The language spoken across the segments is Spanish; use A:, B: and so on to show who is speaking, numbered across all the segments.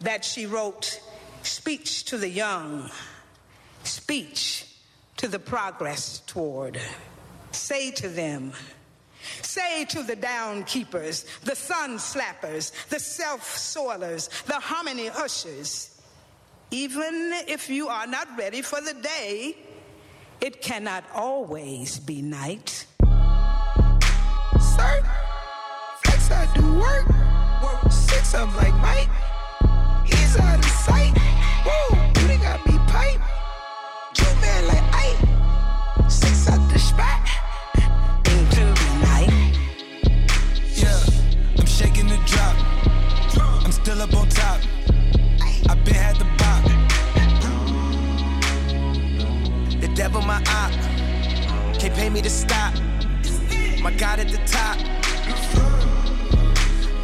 A: that she wrote Speech to the Young, Speech to the Progress Toward. Say to them, Say to the down keepers, the sun slappers, the self soilers, the hominy ushers, even if you are not ready for the day, it cannot always be night.
B: Sir, flex I do work. Work six, I'm like Mike. He's out of sight. Whoa, you done got me pipe. Two man like Ike. Six out the spot.
A: Including night.
C: Yeah, I'm shaking the drop. I'm still up on top. I been had the pop. The devil my op. Can't pay me to stop. My God at the top.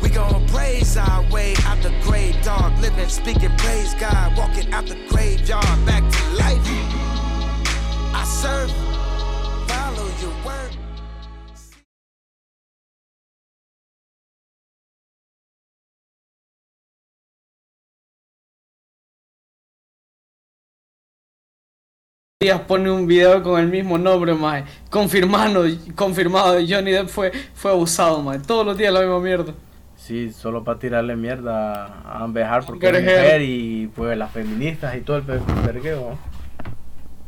C: We gon' praise our way out the grave, dog. Living, speaking, praise God. Walking out the graveyard, back to life. I serve, follow your word.
D: días pone un video con el mismo nombre, mae. Confirmado, confirmado, Johnny Depp fue, fue abusado, mae. Todos los días la misma mierda.
E: Sí, solo para tirarle mierda a Amber Heard porque
D: Amber
E: es mujer
D: Heard.
E: y pues las feministas y todo el pe- vergueo.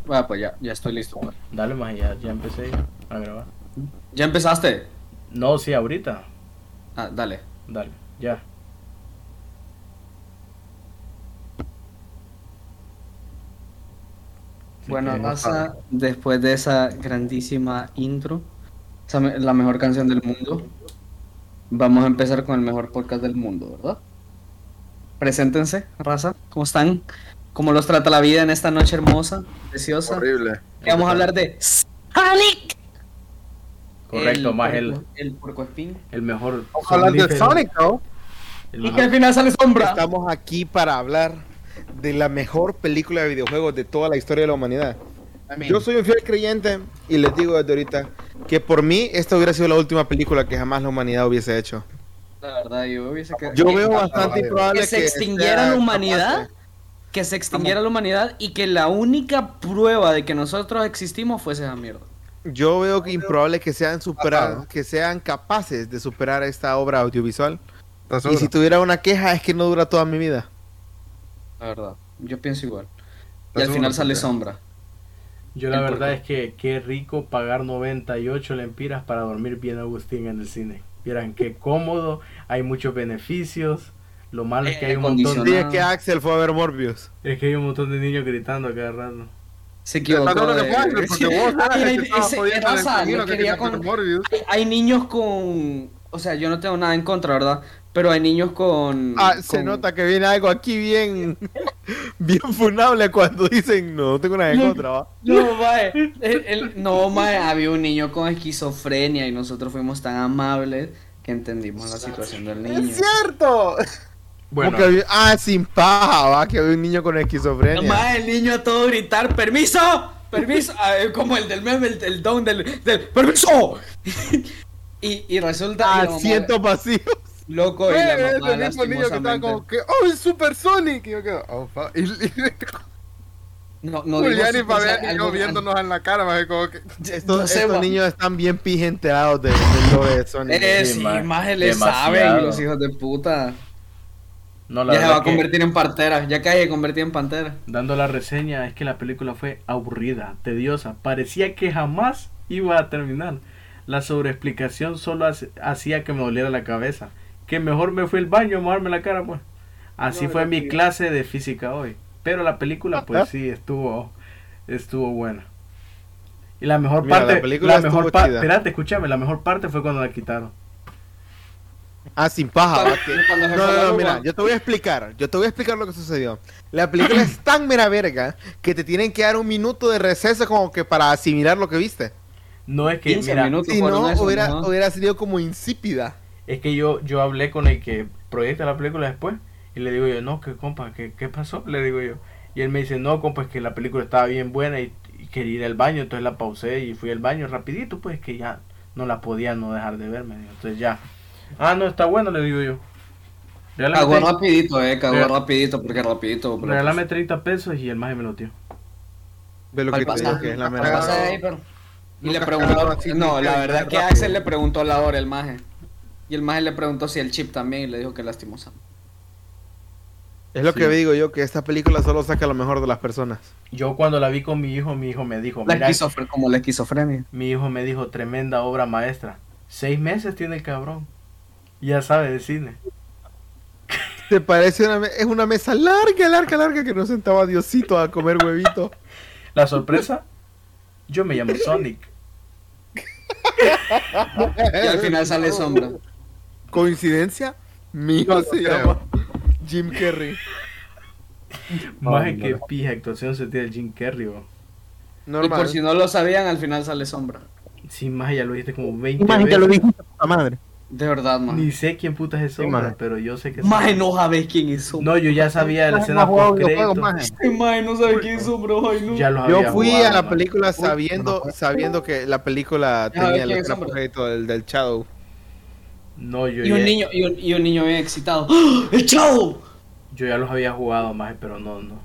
D: Bueno, pues ya, ya estoy listo, mae.
E: Dale más, ya, ya empecé a grabar.
D: ¿Ya empezaste?
E: No, sí, ahorita.
D: Ah, dale.
E: Dale, ya. Sí,
D: Bueno,
E: que-
D: raza, después de esa grandísima intro, esa me- la mejor canción del mundo, vamos a empezar con el mejor podcast del mundo, ¿verdad? Preséntense, raza, ¿cómo están? ¿Cómo los trata la vida en esta noche hermosa, preciosa?
F: Horrible.
D: Que vamos a hablar de Sonic.
E: Correcto,
D: El
E: más el,
D: puerco- el puerco espín.
E: el mejor.
F: Vamos a hablar de
E: somnífero,
F: Sonic, ¿no?
E: el
D: Y
E: más-
D: que al final sale sombra.
F: Estamos aquí para hablar de la mejor película de videojuegos de toda la historia de la humanidad. Yo soy un fiel creyente y les digo desde ahorita que por mí esta hubiera sido la última película que jamás la humanidad hubiese hecho.
D: La verdad, yo hubiese quedado-
F: Yo veo bastante improbable
D: eh, que se extinguiera
F: sea
D: la humanidad,
F: capaz
D: que se extinguiera la humanidad y que la única prueba de que nosotros existimos fuese esa mierda.
F: de- Yo veo que improbable que sean superar, que sean capaces de superar esta obra audiovisual.
G: ¿Estás
F: Y
G: seguro?
F: si tuviera una queja es que no dura toda mi vida.
D: La verdad, yo pienso igual. Y
G: ¿Estás
D: al final
G: seguro?
D: sale sombra.
E: Yo la
D: El
E: verdad
D: puerco.
E: es que qué rico pagar 98 lempiras para dormir bien Agustín en el cine. Vieran qué cómodo, hay muchos beneficios. Lo malo es que hay un montón
D: Eh, Acondicionado.
E: de,
F: Dije que Axel fue a ver Morbius.
E: es que hay un montón de niños gritando a cada rato.
D: Se
G: Estás
D: equivocó.
G: hablando de
F: eh,
D: de-
G: Marvel, porque vos eras
D: Ay,
G: el
D: ese-
G: que estabas jodiendo de
D: raza,
G: Sonic,
D: yo
G: lo que
D: quería
G: querías hacer
D: con-
G: Morbius.
D: Hay niños con... O sea, yo no tengo nada en contra, ¿verdad? Pero hay niños con...
F: Ah, se
D: con-
F: nota que viene algo aquí bien, bien funable cuando dicen no, no tengo nada en contra. ¿va?".
D: No, mae. El- el- no, mae, había un niño con esquizofrenia y nosotros fuimos tan amables que entendimos la situación del niño.
F: ¡Es cierto!
E: Bueno,
F: Como que había- ah, sin paja, va, que había un niño con esquizofrenia.
D: Mae, el niño a todo gritar, ¡permiso! ¡Permiso! Ah, eh, como el del meme, el, el don del, del ¡permiso! y, y resulta...
G: Ah,
F: Ah,
D: y la mamá-
F: Asientos vacíos.
D: Loco, y
G: Eh,
D: la
G: ese
D: mamá
G: mismo niño que estaba
D: lastimosamente...
G: como que, oh, es Super Sonic. Y yo quedo, oh, fa- Y, y
D: No, no digo
G: Julián y
D: si pasa
G: Fabián y yo
D: algo-
G: viéndonos en la cara, más como que.
D: no
F: Estos,
D: sé,
F: estos
D: va.
F: niños están bien pije enterados de, de lo de Sonic.
D: Eh,
E: Sí,
D: sí,
E: mae,
D: más le
E: demasiado.
D: saben los hijos de puta.
E: no la
D: ya se
E: verdad
D: va a
E: que
D: convertir en partera, ya que se convertir en pantera.
E: dando la reseña es que la película fue aburrida, tediosa, parecía que jamás iba a terminar. La sobreexplicación solo hace- hacía que me doliera la cabeza, que mejor me fui al baño a mojarme la cara, pues. Así fue mi clase de física hoy, pero la
F: Ah,
E: película pues sí estuvo estuvo buena. Y la mejor
F: Mira, la
E: parte,
F: película
E: la mejor
F: estuvo
E: parte,
F: chida.
E: espérate, escúchame, la mejor parte fue cuando la quitaron.
F: Ah, sin paja, va, que-
D: Cuando se fue
F: No,
D: la
F: no, no,
D: luz,
F: mira,
D: va.
F: yo te voy a explicar, yo te voy a explicar lo que sucedió. La película es tan mera verga que te tienen que dar un minuto de receso como que para asimilar lo que viste.
E: No es que
D: 15
E: mira,
D: minutos
F: Si no,
D: fueron eso,
F: hubiera,
D: ¿no?
F: hubiera sido como insípida.
E: Es que yo, yo hablé con el que proyecta la película después y le digo yo, no, que compa, ¿qué, qué pasó? Le digo yo. Y él me dice, no, compa, es que la película estaba bien buena y, y quería ir al baño, entonces la pausé y fui al baño rapidito, pues que ya no la podía no dejar de verme. Entonces ya, ah, no, está bueno, le digo yo. Regálame,
D: Cagó
E: tre-
D: rapidito, eh, cagó
E: Real-
D: rapidito, porque rapidito. porque-
E: regálame 30 pesos y el maje me lo dio.
F: Ve lo
D: pues, Al
F: que te digo
D: pasar,
F: que es la
D: al
F: mera.
D: pasar ahí, pero- Y le
G: Nunca
D: preguntó.
G: cagaba así,
D: No,
G: nunca
D: la
G: de
D: verdad
G: tan
D: que
G: rápido.
D: Axel le preguntó la hora el maje. Y el maje le preguntó si el chip también y le dijo que lastimosa.
F: Es lo que
E: Sí.
F: digo yo, que esta película solo saca lo mejor de las personas.
E: Yo cuando la vi con mi hijo, mi hijo me dijo,
D: La
E: mira,
D: esquizofre- como la esquizofrenia.
E: mi hijo me dijo, tremenda obra maestra. Seis meses tiene el cabrón. Ya sabe de cine.
F: ¿Te parece una, me- es una mesa larga, larga, larga que nos sentaba Diosito a comer huevito?
E: La sorpresa, yo me llamo Sonic.
F: Eh,
D: Y al final sale sombra.
F: ¿Coincidencia? Mi hijo
G: No
F: se
G: creo.
F: llama Jim Carrey.
E: Maje, que pija actuación se tiene el Jim Carrey, bro.
D: Y por
F: Normal.
D: si no lo sabían, al final sale sombra.
E: Sí, maje, ya lo dijiste como 20
F: Imagínate
E: veces.
F: lo dijo puta madre.
D: De verdad,
E: Ni
D: maje.
E: sé quién puta es
F: Sí,
E: Sombra,
F: maje.
E: pero yo sé que...
D: Maje, no sabes quién es sombra.
E: No, yo ya sabía de la
F: Maje,
E: escena
F: no juego
E: post
F: videojuegos, maje.
D: Maje, no sabe quién es sombra, ay, no.
E: Ah, Ya los
F: Yo
E: había
F: fui
E: jugado,
F: a la
E: maje.
F: película sabiendo, sabiendo que la película
D: Ya,
F: tenía
D: ¿quién
F: el
D: Ah, es
F: escena
D: hombre?
F: post-crédito del, del Shadow.
E: No, yo
D: Y un
E: ya-
D: niño, y un, y un niño bien excitado. ¡Ah! ¡El chavo!
E: Yo ya los había jugado, maje, pero no, no.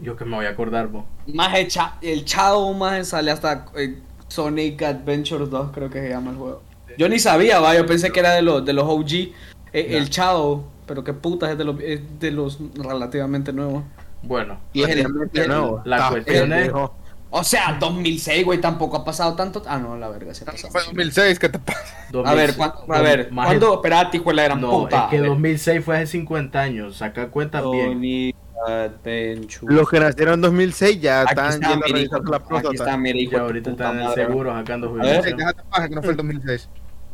E: Yo que me voy a acordar, vos.
D: Maje, cha- el chavo, maje, sale hasta eh, Sonic Adventure 2, creo que se llama el juego. Yo ni sabía, va, yo pensé que era de los, de los OG. eh, el chavo, pero qué putas, es de los, es de los relativamente nuevos.
E: Bueno,
D: Y es el-
F: Prácticamente nuevo.
E: la
F: Está
E: cuestión es-
F: pendejo.
D: O sea, 2006, güey, tampoco ha pasado tanto. Ah, no, la verga, se ha pasado.
G: Fue 2006, ¿qué te pasa?
D: A
E: 2006
D: ver, ¿cuándo, a ver,
E: maje,
D: ¿cuándo? Espérate, hijo de la gran
E: No,
D: puta. Oh,
E: es que 2006 fue hace 50 años. Saca cuenta bien.
D: Sonic Adventure.
F: Los que nacieron en 2006 ya
D: Aquí
F: están
D: está,
F: yendo a
D: mira, hijo
F: revisar
D: de-
F: la
D: aquí está,
F: próstata.
D: mira, hijo
E: Ya
D: de
E: ahorita
D: puta
E: están en el
D: madre.
E: seguro sacando
D: ver.
E: jubilación.
G: Déjate paja que no fue el 2006.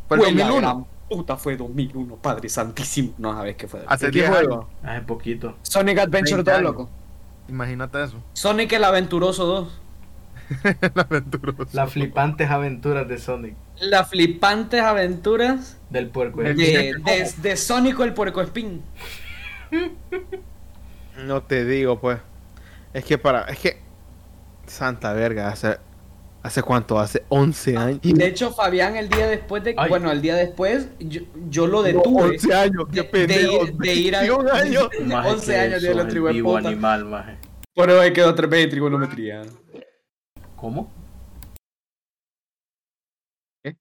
G: Fue el
D: Fue la
G: 2001.
D: gran puta, fue 2001, padre santísimo. No sabes qué fue.
G: Hace
F: ¿Qué
G: 10
F: juego?
G: años.
E: Hace poquito.
D: Sonic Adventure
G: 20
D: 2,
G: años.
D: loco.
G: Imagínate eso.
D: Sonic el Aventuroso 2.
G: El aventuroso.
E: Las flipantes aventuras de Sonic.
D: Las flipantes aventuras
E: Del puerco. este.
G: El-
D: de, de, de Sonic el Puerco Espín.
F: No te digo, pues. Es que para. Es que. Santa verga, hace. ¿Hace cuánto? Hace 11 años.
D: Ah, De hecho, Fabián, el día después de.
E: Ay.
D: Bueno, el día después, yo, yo lo
F: No,
D: detuve.
F: 11 años, qué
D: eh. de-
F: pendejo.
D: de, ir- de ir a
F: 21 años.
E: Maje,
D: 11
E: que
D: años de la
E: sos
D: tribu
E: el
D: de
E: vivo
D: puta.
E: animal, maje.
D: Por hoy quedó 3 veces trigonometría.
E: ¿Cómo?
D: ¿Eh?
F: ¿Qué?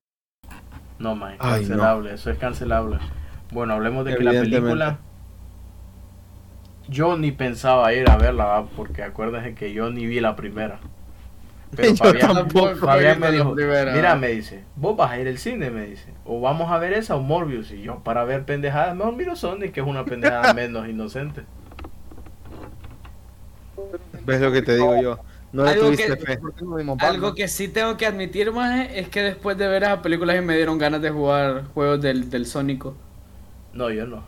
E: No, maje,
F: Ay, no.
E: cancelable, eso es cancelable. Bueno, hablemos de que la
F: Evidentemente.
E: película. Yo ni pensaba ir a verla, ¿va? porque acuérdense que yo ni vi la primera. Pero
F: Yo
E: Fabián,
G: tampoco
E: Fabián
G: vi
E: me
G: la
E: dijo,
G: primera.
E: mira, me dice, vos vas a ir al cine, me dice, o vamos a ver esa o Morbius, y yo para ver pendejadas, mejor miro Sonic, que es una pendejada menos inocente.
F: ¿Ves lo que te digo yo? No le
D: Algo
F: tuviste
D: que-
F: fe.
G: ¿Por qué no vimos
D: Algo
G: Batman?
D: que sí tengo que admitir, maje, es que después de ver esas películas y me dieron ganas de jugar juegos del, del Sónico.
E: No, yo no.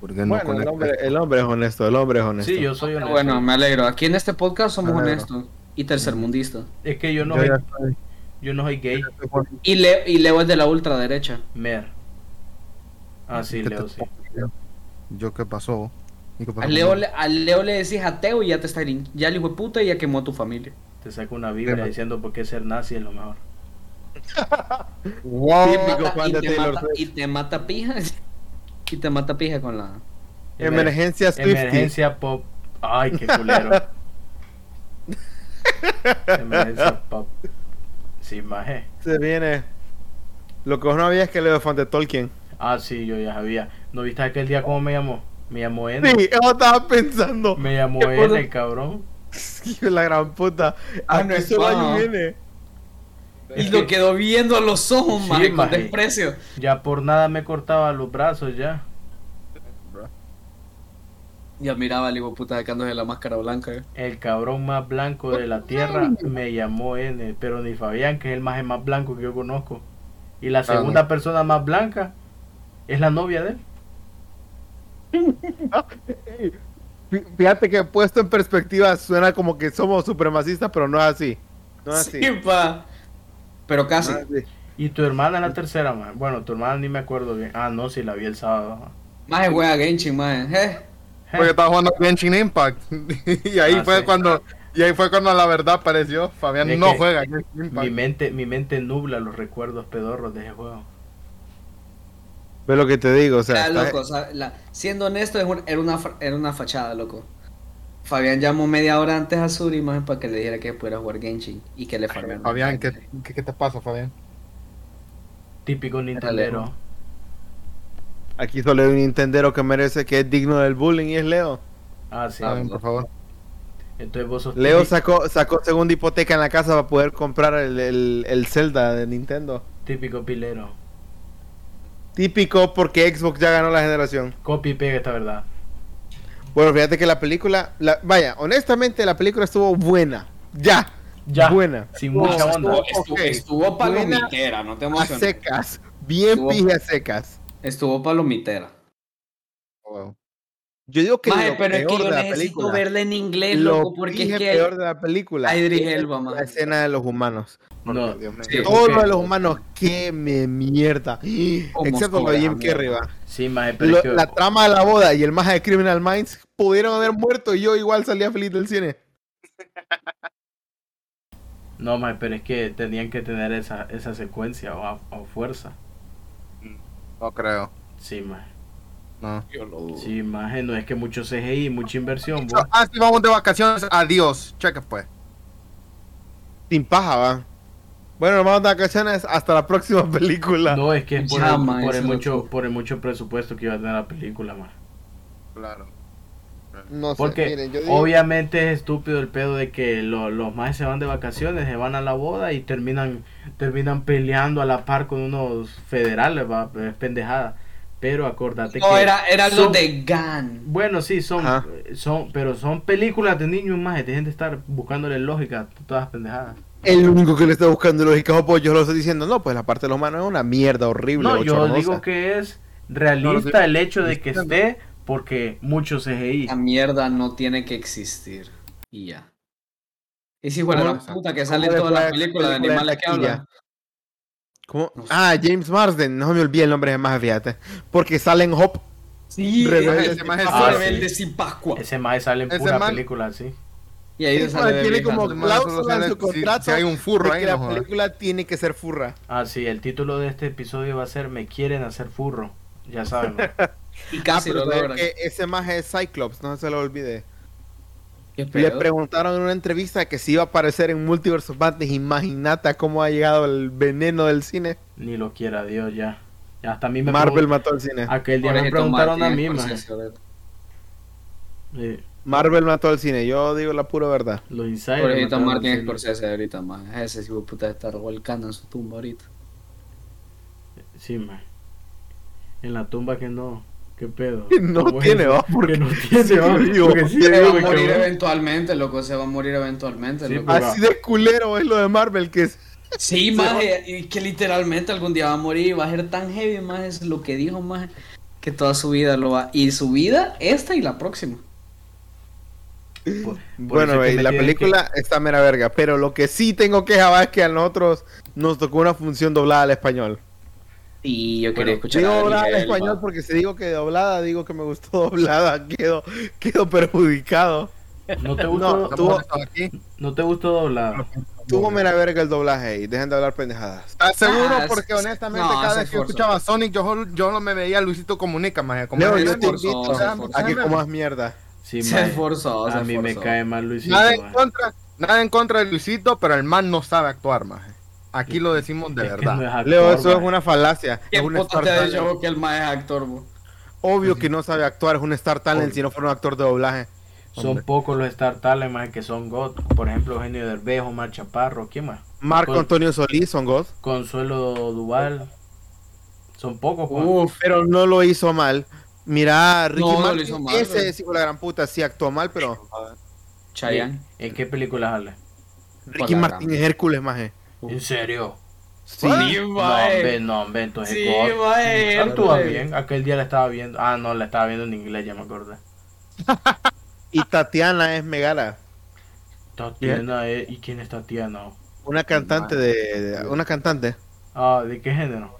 G: ¿Por qué no
F: Bueno, el
G: conectas?
F: hombre, el hombre es honesto, el hombre es honesto.
E: Sí, yo soy honesto.
D: Ah, Bueno, me alegro. Aquí en este podcast somos
F: Me alegro.
D: honestos y tercermundistas.
E: es que yo no,
F: Yo
E: soy,
F: ya estoy-
E: yo no soy gay.
D: Y, Le- y Leo es de la ultraderecha.
E: Mer. Ah, sí,
G: ¿Qué
E: Leo,
G: te
E: sí.
G: pasa, Leo? Yo qué pasó. ¿Y qué
D: A
G: pasó
D: Leo,
G: conmigo?
D: le, a Leo le decís ateo y ya te está grin- ya el hijo de puta y ya quemó a tu familia.
E: Te saca una biblia
F: Leo.
E: diciendo por qué ser nazi es lo mejor.
F: Wow, típico
D: Mata-
F: fan
D: Oh, y,
F: de
D: te
F: Taylor
D: mata,
F: Swift.
D: y te mata pija. Y te mata pija con la.
F: Emergencia Swiftie.
E: Emergencia pop. Ay, qué culero. Emergencia pop. Sí, maje.
F: Se viene. Lo que vos no había es que Leo es fan de Tolkien.
E: Ah, sí, yo ya sabía. ¿No viste aquel día cómo me llamó? Me llamó N.
F: Sí, yo estaba pensando.
E: Me llamó
F: ¿Qué
E: N,
F: cosa?
E: el cabrón.
F: Hijo de la gran puta.
D: Ah,
F: Aquí
D: no es
F: solo hay
D: fan.
F: un N.
D: Y lo quedó viendo a los ojos,
E: Sí,
D: maje, con
E: maje.
D: desprecio.
E: Ya por nada me cortaba los brazos ya.
D: Y admiraba al hijo de puta sacándose la máscara blanca. eh.
E: El cabrón más blanco de la tierra me llamó N, pero ni Fabián, que es el maje más blanco que yo conozco. Y
F: Ah,
E: la
G: Claro.
E: segunda persona más blanca es la novia de él.
F: Fí- Fíjate que puesto en perspectiva suena como que somos supremacistas, pero no es así. No es así.
D: Ah, Sí, Ah. pa. Pero
F: No
D: casi.
F: es así.
E: Y tu hermana es la tercera, man. Bueno, tu hermana ni me acuerdo bien. Ah, no, sí, la vi el sábado. ajá.
D: Maje juega Genshin, maje. Eh.
E: Je.
G: Porque estaba jugando Genshin Impact. y ahí
E: Ah,
G: fue
E: sí.
G: cuando. Y ahí fue cuando la verdad apareció. Fabián
E: Es
G: no
E: que
G: juega Genshin
E: Mi
G: Impact.
E: mente, mi mente nubla los recuerdos pedorros de ese juego.
F: Ve lo que te digo, o sea.
D: Ah,
F: está-
D: loco, o sea, la- siendo honesto, es un- era, una, fa- era una fachada, loco. Fabián llamó media hora antes a Suri más para que le dijera que pudiera jugar Genshin y que le farmeara.
G: Fabián, ¿qué, qué, qué te pasa, Fabián?
E: Típico Nintendero.
F: Aquí solo hay un Nintendero que merece, que es digno del bullying y es Leo.
E: Ah, sí.
G: Fabián, por favor.
E: Entonces vos sos
F: Leo
E: típico-
F: sacó, sacó segunda hipoteca en la casa para poder comprar el, el, el Zelda de Nintendo.
E: típico pilero.
F: Típico porque Xbox ya ganó la generación.
E: Copy y pega esta verdad.
F: Bueno, fíjate que la película, la- vaya, honestamente la película estuvo buena. Ya.
E: Ya.
F: Buena.
E: Sin
D: No,
E: mucha onda.
D: estuvo, estuvo,
F: Ok.
D: estuvo
F: Buena.
D: palomitera, no te
F: A
D: emociones.
F: secas. Bien
D: Estuvo-
F: pija secas.
D: Estuvo palomitera.
G: Wow.
F: Yo digo que
D: Maje,
F: lo
D: pero es que
F: peor
D: yo
F: de la
D: necesito
F: película.
D: verla en inglés,
F: lo
D: loco, porque
F: dije
D: es que
F: peor de la película.
D: a Idris Elba,
F: la
D: maje.
F: escena de los humanos.
E: No,
G: Oh, Dios mío.
D: Sí.
F: Todo
E: ok.
F: lo de los humanos, que me mierda. Excepto lo de Jim Carrey, va.
E: sí, más pero
F: Lo-
E: es que-
F: la trama de la boda y el maje de Criminal Minds pudieron haber muerto y yo igual salía feliz del cine.
E: No, más pero es que tenían que tener esa, esa secuencia o, a- o fuerza.
G: No creo.
E: Sí, más
G: No.
E: Sí, más no es que mucho CGI, mucha inversión. vos.
G: Ah, sí, vamos de vacaciones. Adiós. Checa pues.
F: Sin paja, va. Bueno, nos vamos de vacaciones. Hasta la próxima película.
E: No, es que es por,
D: Ya,
E: el,
D: ma,
E: por el
D: eso
E: mucho,
D: loco.
E: por el mucho presupuesto que iba a tener la película, más
G: Claro.
F: No sé,
E: Porque
F: miren, yo digo-
E: obviamente es estúpido el pedo de que lo- los más se van de vacaciones, se van a la boda y terminan terminan peleando a la par con unos federales, va, es pendejada. Pero acordate
D: No,
E: que
D: era, era
E: son-
D: los de Gun.
E: Bueno, sí, son, eh,
F: Ajá.
E: son, pero son películas de niños más, de gente estar buscándole lógica a todas las pendejadas.
F: El único que le está buscando lógica es Pues yo lo estoy diciendo. No, pues la parte de los humanos es una mierda horrible.
E: No, yo
F: bochornosa.
E: digo que es realista el hecho de que esté porque mucho CGI.
D: La mierda no tiene que existir. Y ya. Y si fuera
F: ¿Cómo-
D: la puta que
F: cómo
D: sale en
F: le
D: toda
F: fue a
D: la
F: esa
D: película de
F: película en
D: animales que
F: taquilla?
D: hablan.
F: ¿Cómo?
D: No sé.
F: Ah, James Marsden. No me olvidé el nombre de más, fíjate. Porque salen Hop.
D: Sí,
F: Rebelde
D: ese
F: sin
D: maje
F: Pascua.
D: es rebelde sin Pascua.
E: Ah, Ese más sale en
G: Ese
E: pura
G: mae-
E: película, sí.
D: Y ahí
F: Ese
D: sale
F: maje tiene
D: bebé
F: como-
D: Hanson.
F: Cláusula
G: Solo
F: en
G: sale
F: su
G: si-
F: contrato
G: Si, hay un furro
F: de
G: ahí,
F: que la
G: no jodas.
F: película tiene que ser furra.
E: Ah, sí, el título de este episodio va a ser Me quieren hacer furro. Ya saben. ¿no?
D: Y
F: Ah,
D: casi
F: pero
D: lo
F: sabes
D: logran.
F: que ese maje es Cyclops. No se lo olvide.
D: Qué
F: Le
D: pedo.
F: preguntaron en una entrevista que si iba a aparecer en Multiverse of Madness. Imagínate cómo ha llegado el veneno del cine.
E: Ni lo quiera Dios ya. Ya hasta a mí me
F: Marvel
E: pregun-
F: mató al cine.
E: Aquel día me
D: Jorge
E: preguntaron
D: Tomás,
E: a mí, eh,
D: tiene
E: mae.
D: Scorsese,
E: Sí,
F: Marvel mató al cine. Yo digo la pura verdad.
E: los insiders. me
D: Pobrecito
E: estaban
D: Martin
E: diciendo.
D: Scorsese ahorita, man. Ese hijo de puta está revolcando en su tumba ahorita.
E: Sí, mae. En la tumba que no. ¿Qué pedo?
F: Que no
E: ¿Cómo es
F: tiene,
E: eso?
F: va, porque
E: Que no tiene,
F: sigue
E: va,
F: vivo.
E: Porque sí,
D: Se va
E: digo,
D: a morir
E: cabrón.
D: eventualmente, loco. Se va a morir eventualmente,
E: Sí,
D: loco.
E: pues.
F: Así de culero es lo de Marvel que es.
D: Sí, maje, y que literalmente algún día va a morir y va a ser tan heavy, maje, es lo que dijo, maje, que toda su vida lo va... Y su vida, esta y la próxima.
E: Por- por
F: Bueno,
E: eso es que
F: güey,
E: me
F: la
E: tienen que-
F: película está mera verga, pero lo que sí tengo que jabar es que a nosotros nos tocó una función doblada al español.
D: Y yo quería escuchar
F: Digo
D: a
F: doblada al
D: Miguel,
F: español
D: va.
F: porque si digo que doblada, digo que me gustó doblada, quedo, quedo perjudicado.
E: No te gustó,
F: No,
E: no,
F: tú-
G: Estamos aquí.
E: te gustó doblado.
F: Tuvo mera verga el doblaje y dejen de hablar pendejadas.
G: ¿Estás seguro?
D: Ah, es-
G: Porque honestamente,
D: no,
G: cada
D: se
G: vez que yo
D: esforzó.
G: escuchaba Sonic, yo, solo- yo solo me veía a Luisito Comunica, maje. como
F: Leo,
G: era
F: yo
G: el
F: te
G: mejor.
F: invito
D: se esforzó.
F: a que comas mierda.
E: Sí,
D: Se
E: mae.
D: esforzó, se
E: A mí me
D: esforzó.
E: cae mal Luisito.
G: Nada en
E: mae.
G: contra, nada en contra de Luisito, pero el man no sabe actuar, maje. Aquí lo decimos de
E: Es que
G: verdad.
E: no es actor,
F: Leo, eso es
E: mae.
F: una falacia. Es
D: ¿Qué
F: un
D: puta
F: Star
D: te ha
F: Talent.
D: dicho que el maje es actor, bo?
F: Obvio que no sabe actuar, es un Star Talent si no fuera un actor de doblaje.
E: Son
F: Hombre.
E: pocos los Star Talent más que son God. Por ejemplo, Eugenio Derbez, Omar Chaparro, ¿quién más?
F: Marco
E: Con-
F: Antonio Solís, son God.
E: Consuelo Duval. Son pocos, Juan.
D: Uf,
F: pero no lo hizo mal. Mira, Ricky
D: No, no lo
F: Martin,
D: hizo mal,
F: ese
D: güey.
F: es hijo de la gran puta, sí actuó mal, pero
D: Chayanne.
E: ¿En qué película sale?
F: Ricky
D: la
F: Martin
D: gran-
F: es Hércules, maje.
E: ¿En serio?
F: Sí.
E: No,
D: maje.
E: hombre, no, hombre, entonces
D: Sí,
E: God.
D: mae,
E: Actúa
D: hombre.
E: bien. Aquel día la estaba viendo. Ah, no, la estaba viendo en inglés, ya me acordé.
F: Y Tatiana es Megara,
E: Tatiana, eh, ¿y quién es Tatiana?
F: una cantante de, de- una cantante
E: Ah, ¿de qué género?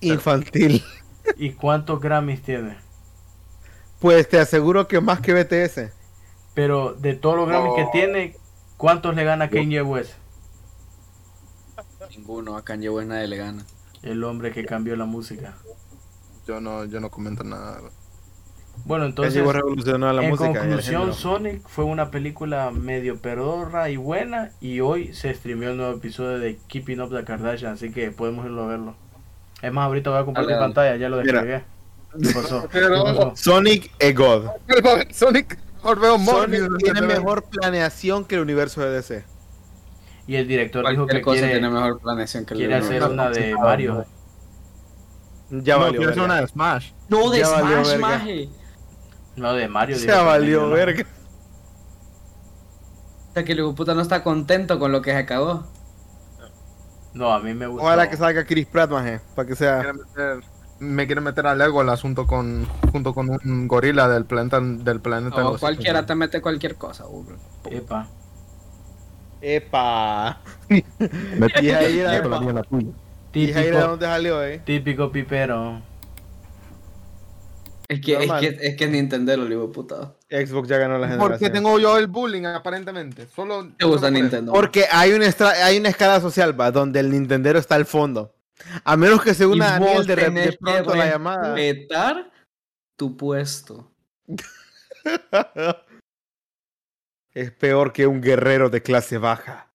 F: infantil.
E: ¿Y cuántos Grammys tiene?
F: Pues te aseguro que más que BTS.
E: Pero de todos los Grammys que tiene, ¿cuántos le gana Kanye West?
D: Ninguno, a Kanye West nadie le gana.
E: El hombre que cambió la música.
G: Yo no, yo no comento nada.
E: Bueno,
F: Entonces,
E: entonces,
F: Ese revolucionó la
E: en
F: música. el
E: conclusión,
F: género.
E: Sonic fue una película medio pedorra y buena. Y hoy se streamió el nuevo episodio de Keeping Up the Kardashians, así que podemos irlo a verlo. Es más, ahorita voy a compartir
D: Dale, dale.
E: pantalla, ya lo
F: Mira.
E: descargué. ¿Qué pasó? ¿Qué
G: Pero-
E: pasó?
F: Sonic e God.
G: Sonic, Orfeo Morbius.
F: Sonic tiene mejor planeación que el universo de DC.
E: Y el director dijo
D: Cualquier
E: que
D: cosa
E: quiere,
D: tiene mejor planeación que el
E: quiere
D: de
E: hacer
D: Marvel.
E: una de Mario.
F: Ya
G: no,
F: valió.
G: quiero hacer
F: verga.
G: una de Smash.
D: No, de
F: Ya valió
D: Smash,
F: verga.
D: maje.
E: No, de Mario. dijo
F: Ya
E: también,
F: valió
E: ¿no?
F: verga.
D: O sea, que el hijo puta no está contento con lo que se acabó.
E: No, a mí me gusta.
F: Ojalá que salga Chris Pratt, maje, para que
G: Me
F: sea.
G: quiere meter- Me quiere meter a Lego el asunto con, junto con un gorila del planeta. Del planeta de
D: O
G: los-
D: cualquiera te mete cualquier cosa, burro.
E: Epa.
F: ¡Epa!
H: Me
F: Y ahí era-
H: me perdí en la tuya.
F: ¿Y Jair de
E: Típico,
F: dónde salió, eh?
E: típico pipero.
D: Es que, es
F: Normal.
D: que, es que Nintendo lo hijo de puta.
F: Xbox ya ganó la generación.
G: Porque tengo yo el bullying, aparentemente. Solo.
D: Te gusta
G: solo por eso.
D: Nintendo.
F: Porque hay una, estra- hay una escala social, va, donde el Nintendero está al fondo. A menos que se
D: Y
F: una a Daniel
D: vos
F: de, re- de
D: tenés que
F: pronto a la llamada.
D: respetar tu puesto.
F: es peor que un guerrero de clase baja.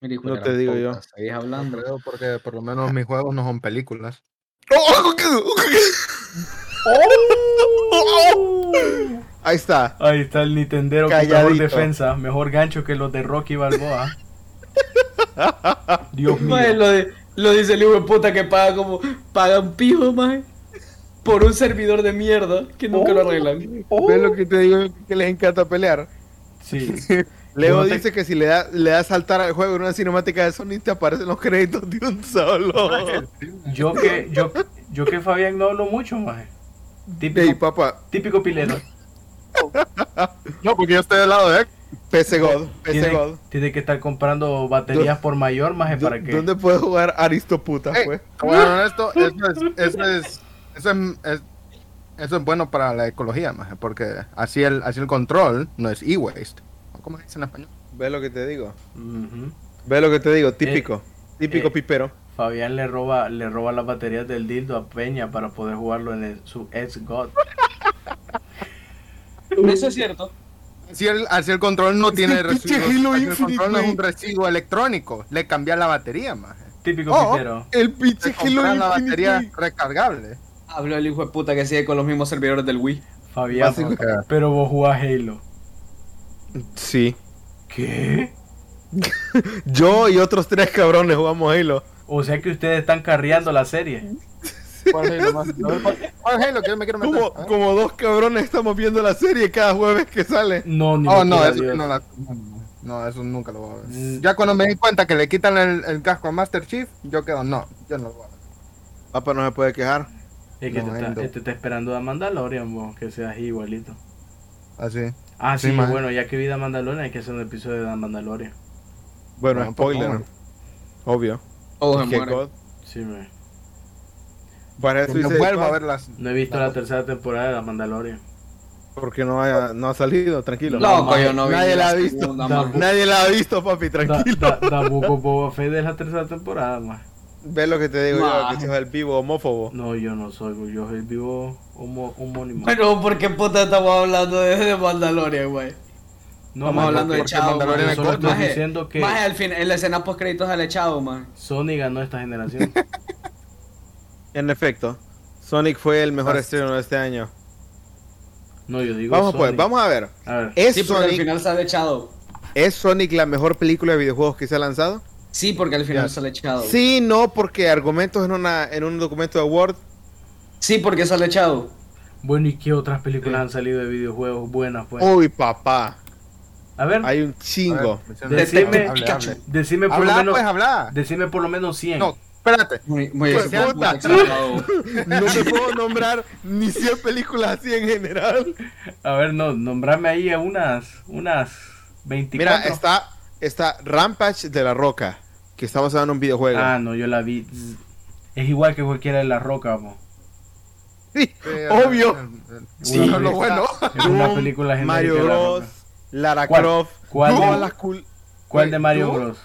D: Mira, hijo
F: No
D: de
F: te
D: gran
F: digo
D: puta,
F: yo.
D: Seguís hablando.
G: Creo porque por lo menos mis juegos no son películas.
F: ¡Oh, oh,
D: Oh.
F: Ahí está.
E: Ahí está el Nintendero con
F: Calladito.
E: mejor defensa, mejor gancho que los de Rocky Balboa. Dios mío.
D: Mae, lo, de- lo dice el hijo de puta que paga como. Pagan pijo, mae. Por un servidor de mierda que nunca
F: Oh,
D: lo arreglan.
F: ¿Ves lo que te digo que les encanta pelear?
E: Sí.
F: Leo
E: Yo no te-
F: dice que si le da, le da saltar al juego en una cinemática de Sonic te aparecen los créditos de un solo.
E: Yo que, yo, yo que Fabián no hablo mucho, maje.
F: Ey,
E: Típico,
F: papá,
E: típico pilero.
G: No, porque yo estoy del lado de.
F: PC God, PC
E: Tiene,
F: God.
E: tiene que estar comprando baterías por mayor, maje,
F: ¿Dó-
E: para que.
F: ¿Dónde puedo jugar Aristoputa,
G: Ey,
F: pues?
G: te voy a ser honesto, eso es, eso es, eso es, es- eso es bueno para la ecología, maje, porque así el, así el control no es e-waste. ¿O ¿Cómo se dice en español?
F: ¿Ves lo que te digo?
E: Ujú.
F: ¿Ves lo que te digo? Típico. típico
E: eh.
F: pipero.
E: Fabián le roba, le roba las baterías del dildo a Peña para poder jugarlo en el- su ex God.
D: Eso es cierto.
G: Así el, así el control no tiene
F: pinche
G: residuos.
F: Halo
G: así el
F: Infinite,
G: control no es
F: güey.
G: un residuo electrónico. Le cambia la batería, maje.
E: Típico
F: Oh,
E: pitero.
F: el pinche
G: Le
F: Halo
G: compras la
F: Infinite,
G: batería
F: güey.
G: recargable.
D: Habló el hijo de puta que sigue con los mismos servidores del Wii.
E: Fabián,
G: Básico.
E: pero vos jugás Halo.
F: Sí.
E: ¿Qué?
F: Yo y otros tres cabrones jugamos Halo.
E: O sea que ustedes están carreando la serie.
G: ¿Cuál Halo, maje? No, ¿cuál- ¿Cuál Halo que yo me quiero meter?
F: Como,
G: A ver.
F: como dos cabrones estamos viendo la serie cada jueves que sale.
E: No, ni
G: Oh,
E: me
G: no,
E: quiera
G: eso
E: Dios.
G: no la- no, no, no, eso nunca lo voy a ver.
E: Mm.
G: Ya cuando me di cuenta que le quitan el, el casco a Master Chief, yo quedo, no, yo no lo voy a ver.
F: Papá Ah, no se puede quejar.
E: Es que
G: No,
E: te, está,
G: Endo.
E: te está esperando a Mandalorian, vos, que seas igualito.
G: Así.
E: Ah, sí,
G: Sí, man.
E: bueno, ya que vi The Mandalorian, hay que hacer un episodio de The Mandalorian.
F: Bueno,
G: No,
F: spoiler.
G: por favor.
F: Obvio.
D: Ojo,
F: Que
D: Oh, muere.
F: God.
E: Sí, man.
F: Para eso
G: Que no
F: hice-
G: vuelvo a ver las,
E: No he visto la tercera temporada de The Mandalorian.
F: Porque no, haya- no ha salido, tranquilo.
E: No,
D: Loco, yo no vi.
F: Nadie la ha visto.
D: segunda,
E: No.
D: maje.
F: Nadie la ha visto, papi,
E: Da,
F: tranquilo.
E: da, da Book of Boba Fett es la tercera temporada, más.
F: Ves lo que te digo yo,
D: Ma.
F: que sos el vivo homófobo.
E: No, yo no soy, güey, yo soy vivo homo, homónimo.
D: Bueno, ¿por qué puta estamos hablando de, de Mandalorian, güey?
E: no,
D: Estamos
E: man,
D: hablando de
E: porque
D: Chavo,
G: Mandalorian
D: man.
G: es
E: Solo estoy
D: Maje,
E: diciendo que
D: maje, al fin, en la escena post créditos al echado, man.
E: Sony ganó esta generación.
F: En efecto, Sonic fue el mejor estreno de este año.
E: No, yo digo
F: Vamos
E: Sony.
F: pues, vamos a ver.
E: A ver,
F: ¿Es,
D: Sí, porque al
F: Sonic,
D: final sale echado.
F: ¿Es Sonic la mejor película de videojuegos que se ha lanzado?
D: Sí, porque al final
G: Yes.
D: sale echado.
F: Sí, no, porque argumentos en, una, en un documento de Word.
D: Sí, porque sale echado.
E: bueno, ¿y qué otras
G: Eh.
E: películas han salido de videojuegos buenas, pues?
G: Oh,
F: Uy, papá,
E: a ver,
F: hay un chingo.
G: menciona-
E: Decime-
G: hable,
D: Pikachu.
G: hable.
E: decime por lo
G: Habla,
E: menos...
G: pues, habla.
E: Decime por lo menos 100.
G: No, espérate.
D: Muy, muy
F: Pues,
D: muy
F: puta.
D: exagerado.
F: No te puedo nombrar ni 100 películas así en general.
E: A ver, no, nombrame ahí a unas, unas 24.
F: Mira, está, está Rampage de la Roca, que está basado en un videojuego.
E: Ah, no, yo la vi. Es igual que cualquiera de la roca, mo.
F: Sí,
G: Eh,
F: obvio.
G: eh, eh,
E: Sí.
G: bueno, lo bueno.
E: Es una
F: Doom,
E: película genérica
F: Mario
E: de La
F: Bros,
E: Roca.
F: Lara
E: ¿Cuál-
F: Croft,
E: cuál
F: todas
E: de-
F: las cul-
E: ¿Cuál de Mario
F: Doom?
E: Bros?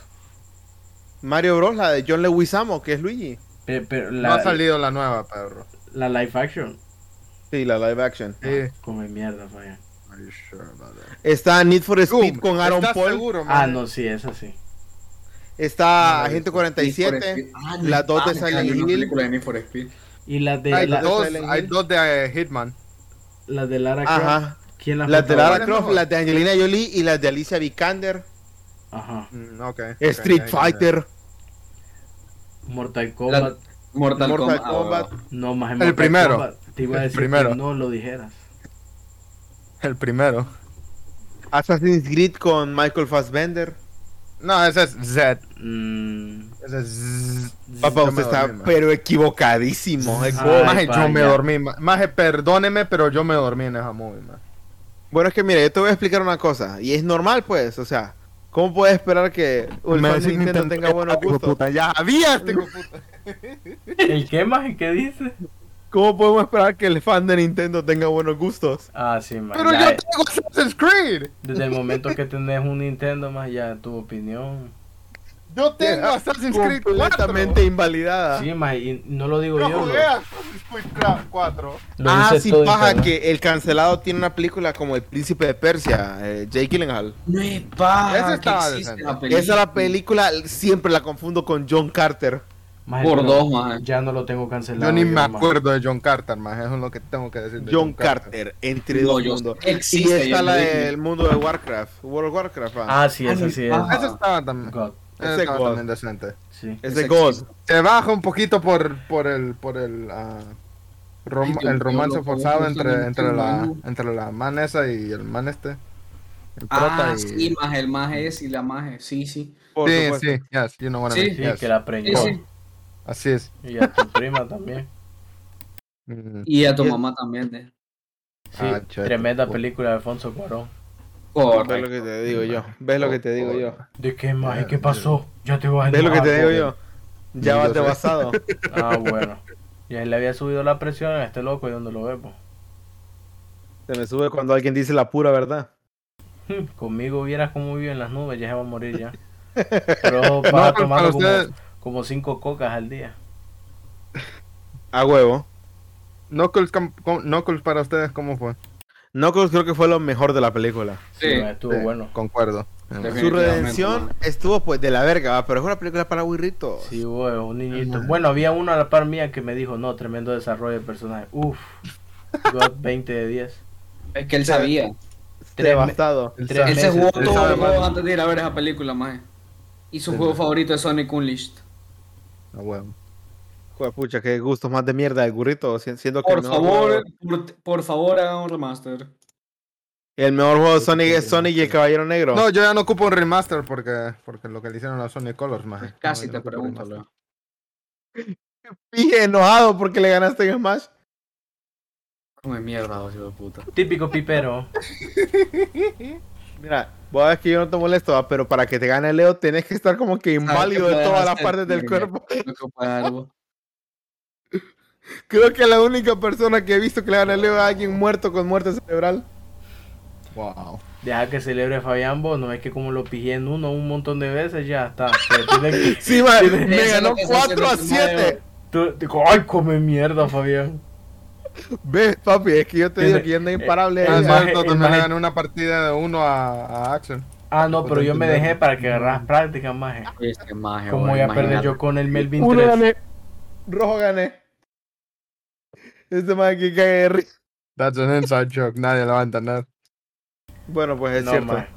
F: Mario Bros, la de John Leguizamo, que es Luigi.
E: Pe- Pero,
G: no
E: la,
G: ha salido la nueva, perro.
E: la live action. Ah,
F: Sí, la live action.
G: Sí.
E: Come mierda, falla.
G: Are you sure about that?
F: Está Need for Speed
G: Doom,
F: con Aaron
G: ¿estás
F: Paul.
G: seguro, man?
E: Ah, no, sí, es así.
F: Está
D: No, Need
F: Agente
D: for Speed.
F: 47.
D: Ah, no,
F: Las dos de
D: mames, hay
F: Silent
D: una
F: Hill.
D: película de Need for Speed.
E: Y las de,
G: Hay,
E: la-
F: dos.
G: dos,
F: Silent
G: hay
F: Hill.
G: dos de eh, Hitman.
E: las de Lara Croft.
F: Ajá.
E: ¿Quién las
F: Las de Lara
E: protagoniza?
F: Croft, las de Angelina Jolie y las de Alicia Vikander.
E: Ajá.
G: Mm, ok, ok,
F: Street
G: ahí
F: Fighter.
E: Mortal Kombat.
D: Mortal,
F: Mortal
D: Kombat.
F: Kombat.
D: ah,
E: No, más en
G: El
E: Mortal
G: primero.
E: Kombat. Te iba a
G: El
E: decir
G: primero.
E: que no lo dijeras.
G: El primero.
F: Assassin's Creed con Michael Fassbender.
G: No, ese es Z.
E: Mm,
G: Ese es Z.
F: Papá,
G: Yo
F: usted
G: me
F: está
G: dormí, man.
F: pero equivocadísimo.
E: Ay,
G: Maje, yo me
E: vaya.
G: dormí. ma- Maje, perdóneme, pero yo me dormí en esa movie, man.
F: Bueno, es que mira, yo te voy a explicar una cosa. Y es normal, pues. O sea, ¿cómo puedes esperar que un fan de Nintendo, tenga buenos gustos?
B: Ya había este
E: ¿El qué más? ¿El qué dices?
F: ¿Cómo podemos esperar que el fan de Nintendo tenga buenos gustos?
E: Ah, sí, más.
G: Pero yo tengo Assassin's Creed.
E: Desde el momento que tenés un Nintendo más, ya tu opinión.
G: Yo tengo
D: ah,
F: Yeah,
G: Assassin's Creed 4.
F: Completamente invalidada.
E: Sí, más, y no lo digo
G: Yo
E: yo.
G: jugué
E: lo-
G: a Assassin's Creed 4.
E: lo
F: Ah,
E: dice
F: sí,
E: todo
F: paja
E: Internet.
F: que el cancelado tiene una película como El Príncipe de Persia, eh, Jake Gyllenhaal.
D: No es paja.
G: Esa
D: que
G: estaba
D: existe
G: decente.
D: la película.
F: Esa la película siempre la confundo con John Carter.
E: Maje,
D: Por
E: pero
D: dos, maje.
E: Ya no lo tengo cancelado.
G: Yo ni me
E: maje.
G: acuerdo de John Carter, man. Eso es lo que tengo que decir. de
F: John Carter, entre
D: No,
F: dos
D: yo-
F: mundos. Y
D: existe,
F: está
D: yo
F: la
D: lo dije.
F: del mundo de Warcraft, World of Warcraft. ah.
E: Ah, sí, esa
D: Ay,
E: sí es.
D: paja.
G: Eso estaba también.
E: God,
G: Eso
F: Ese
G: estaba
F: God.
G: también decente.
E: sí.
F: es
D: esa
F: de God.
D: existe.
G: Se baja un poquito por, por el, por el, ah,
D: Ay,
G: rom-
D: yo-
G: el romance
D: yo lo-
G: forzado
D: yo
G: entre,
D: también
G: entre
D: soy
G: la,
D: malo.
G: entre la man esa y el man este. El prota
D: Ah,
G: y...
D: sí, más el más es y la más es. Sí, sí.
F: Por
G: sí,
F: supuesto.
G: sí, yes, you know what I
D: Sí.
G: mean,
E: Sí,
G: yes.
E: que la preñó.
D: Sí, sí.
G: Así es.
E: Y a tu prima también.
G: Mm.
D: Y a tu
F: Y-
D: mamá también. ¿eh?
E: Sí,
G: Ah, chato.
E: tremenda película de Alfonso Cuarón.
F: Ves lo
D: Correcto.
F: que te digo yo. Ves lo que te digo yo.
E: ¿De qué
G: Ah,
E: más? ¿Qué pasó? Ya te vas a
F: Ves lo que
E: enojar,
F: te digo
E: güey.
F: yo. Ya
G: Yo
F: vas
G: sé.
F: devastado.
E: Ah, bueno. Y ahí le había subido la presión a este loco y donde lo vemos.
F: Se me sube cuando alguien dice la pura verdad.
E: Hmm, Conmigo vieras cómo vive en las nubes, ya se va a morir ya. Pero eso pasa
G: No, pero para
E: tomando como,
G: ustedes-
E: como cinco cocas al día.
F: A huevo.
G: Knuckles, com- com- Knuckles para ustedes, ¿cómo fue?
F: Knuckles creo que fue lo mejor de la película.
D: Sí.
E: Sí, estuvo
G: Sí,
E: bueno.
G: Concuerdo.
F: Su
D: Definitivamente,
F: redención
D: man.
F: estuvo pues de la verga, ¿va? pero es una película para burritos.
E: Sí, güey, un niñito. Bueno, había uno a la par mía que me dijo, no, tremendo desarrollo de personaje. Uf, God, 20 de 10.
D: Es que él sabía.
F: Devastado.
G: Él
E: Tres
G: sabe-
D: Él se
E: meses,
D: jugó
G: él
D: todo
G: sabe
D: el
G: más.
D: juego antes de ir a ver esa película, más. Y su juego favorito es Sonic Unleashed.
G: Ah, bueno.
F: Joder, pucha, qué gustos más de mierda el burrito. si- Siendo que el
D: Por
F: mejor
D: favor,
F: juego-
D: por, por favor, hagan un remaster.
F: el mejor juego de Sonic es Sonic y el Caballero Negro.
G: No, yo ya no ocupo un remaster porque, porque lo que le hicieron a Sony Colors, maje.
D: Pues Casi
G: No, yo
D: te
G: no ocupo
D: pregunto,
G: remaster.
D: Leo.
F: Pije enojado porque le ganaste en Smash.
D: Come mierda, vos, hijo de puta.
E: Típico pipero.
F: Mira, vos sabés que yo no te molesto, ¿va? pero para que te gane Leo tenés que estar como que inválido
D: qué
F: de
D: puedes
F: todas las
D: hacer?
F: partes del
D: Mira,
F: cuerpo.
D: No ocupas algo.
F: Creo que la única persona que he visto que le gana Leo es alguien muerto con muerte cerebral.
G: Wow.
E: Deja que celebre Fabián Bo, no es que como lo pillé en uno un montón de veces, ya está. Se tiene que-
F: Sí, man,
D: Eso
F: me
D: es
F: ganó
D: lo que se
F: 4 a
D: hace en el
F: 7.
E: Tú- digo, Ay, come mierda, Fabián.
F: Ves, papi, es que yo te digo
E: Tiene-
F: que yo ando imparable.
E: eh,
G: Ah,
E: El
G: sí,
E: maje-
G: yo
E: el
G: también le
E: maje-
G: gané una partida de uno a, a Axel.
E: Ah, no, pero yo me
G: Entender.
E: dejé para que agarras práctica, maje.
D: Este maje,
E: Como
D: vos,
E: voy a perder
D: imagínate.
E: yo con el Melvin
F: Uno
E: 3.
F: gané. Rojo gané. Este man que cae de risa.
G: That's an inside joke. Nadie lo va a entender.
F: Bueno, pues es
E: No,
F: cierto.
E: maje.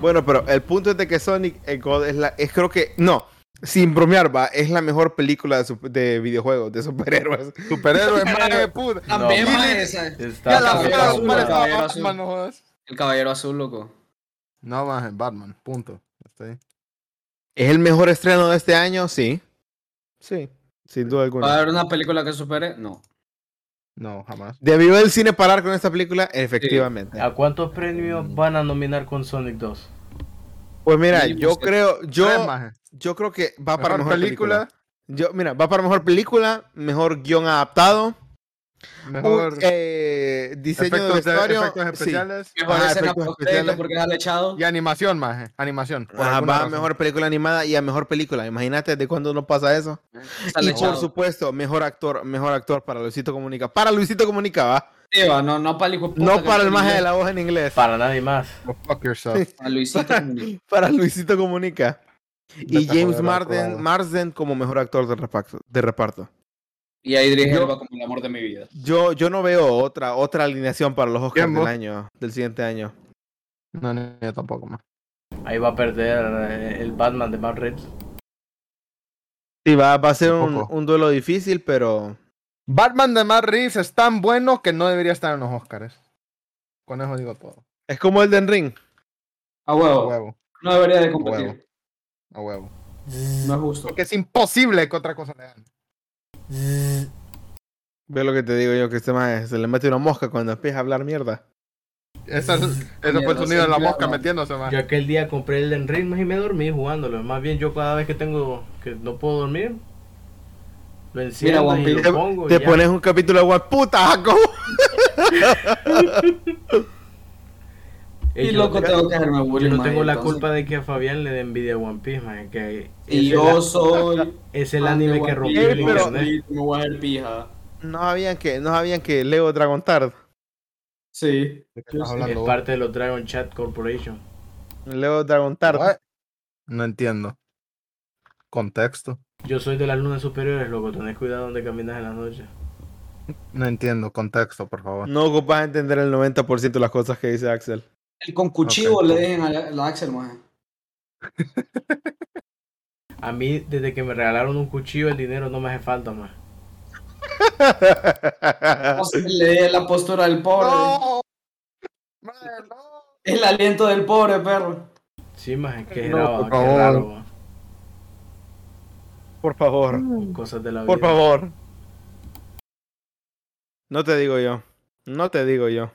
F: Bueno, pero el punto es de que Sonic eh, God es la. Es creo que. No. Sin bromear, va. Es la mejor película de, sup- de videojuegos, de superhéroes.
G: Superhéroe, madre de puta.
D: También,
E: No,
D: maje,
G: man.
D: esa-
E: Está
G: Ya la
D: Caballero
G: fea,
D: azul,
G: madre, estaba
D: caballero azul.
G: Ah, Batman, no jodas.
D: El caballero azul, loco.
G: No, más en Batman, punto. Está ahí.
F: ¿Es el mejor estreno de este año? Sí. Sí, sin duda
D: ¿Va a
F: alguna.
D: haber una película que supere? No.
G: No, jamás.
F: ¿Debió el cine parar con esta película? Efectivamente.
G: Ah,
E: ¿A cuántos premios van a nominar con Sonic 2?
F: Pues mira,
D: Mínimo
F: yo
D: siete.
F: creo, yo,
G: Tres, maje.
F: yo creo que va para
G: Mejor
F: mejor película.
G: película.
F: Yo, mira, va para mejor película, mejor guión adaptado,
G: Mejor
F: Un, eh, diseño de
G: efectos, de-
F: vestuario.
G: efectos
F: sí.
G: especiales
D: Mejor
F: Ah,
D: escena
F: efectos
D: post-crédito
F: especiales.
D: porque ya lo he echado.
G: y animación, maje. Animación. por
F: Ajá,
G: alguna
F: Ah, va a
G: razón.
F: mejor película animada y a mejor película. Imagínate de cuándo no pasa eso.
D: Sale
F: Y por
D: echado.
F: supuesto, mejor actor, mejor actor para Luisito Comunica. Para Luisito Comunica, va.
D: Sí, va, no, no para el hijo de puta
F: No
D: que
F: para el
D: tiene
F: maje de
D: inglés.
F: la voz en inglés.
E: Para nadie más.
G: Go fuck yourself.
D: A Luisito. Comunica.
F: Para Luisito Comunica.
G: Vete
F: Y
G: a
F: James
G: joder,
F: Marsden,
G: aprobado.
F: Marsden como mejor actor de reparto. De reparto.
D: Y ahí dirige Elba como el amor de mi vida.
F: Yo, yo no veo otra, otra alineación para los Oscars
G: ¿Quién,
F: del
G: vos?
F: año, del siguiente año.
G: No, no, yo tampoco, maje.
E: Ahí va a perder eh, el Batman de Matt Reeves.
F: Sí, va, va a ser un,
G: Tampoco.
F: un duelo difícil, pero
G: Batman de Matt Reeves es tan bueno que no debería estar en los Oscars. Con eso digo todo.
F: es como el Den Ring.
D: A
G: A
D: huevo.
G: huevo,
D: No debería de competir.
G: Huevo. a huevo.
D: No es justo.
G: Porque es imposible que otra cosa le dan.
F: Ve lo que te digo yo, que este maje se le mete una mosca cuando empieza a hablar mierda.
G: Esa- ese fue el
D: Mierda,
G: sonido de la
D: sí,
G: mosca
D: claro.
G: metiéndose, maje.
E: Yo aquel día compré el Elden Ring más y me dormí jugándolo. Más bien yo cada vez que tengo que no puedo dormir, lo enciendo
D: Juan
E: y lo
F: Te,
D: Pil-
E: pongo.
F: te
E: y ya.
F: pones un capítulo de "Guau, puta, Jacob".
E: Y
D: Y
E: yo-
D: loco, tengo que hacerme
E: Yo
D: bullying.
E: no tengo
D: maje,
E: la
D: entonces.
E: culpa de que a Fabián le dé envidia a One Piece, man. Que
D: Y
E: es, el,
D: yo soy.
E: es el anime que rompió el
F: Piece, pero-
E: internet.
D: Me voy a hacer pija.
F: No sabían que, no sabían que Leo Dragon Tard.
D: Sí.
G: ¿De qué estás
D: Es
E: Es
G: hablando vos?
E: parte de los Dragon Chat Corporation.
F: Leo Dragon Tard.
G: What? No entiendo. Contexto.
E: Yo soy de las lunas superiores, loco. Tenés cuidado donde caminas en las noches.
G: No entiendo. Contexto, por favor.
F: No ocupas entender el 90% de las cosas que dice Axel.
D: El con cuchillo
G: Ok.
D: le dejen a la, a Axel, maje.
E: A mí, desde que me regalaron un cuchillo, el dinero no me hace falta más.
D: O sea, le dé la postura del pobre. El aliento del pobre, perro.
E: Sí, más es que
G: No,
E: era-
G: por
E: qué
G: favor.
E: raro, ma.
F: Por favor,
E: Cosas de la vida.
F: por favor. No te digo yo. No te digo yo.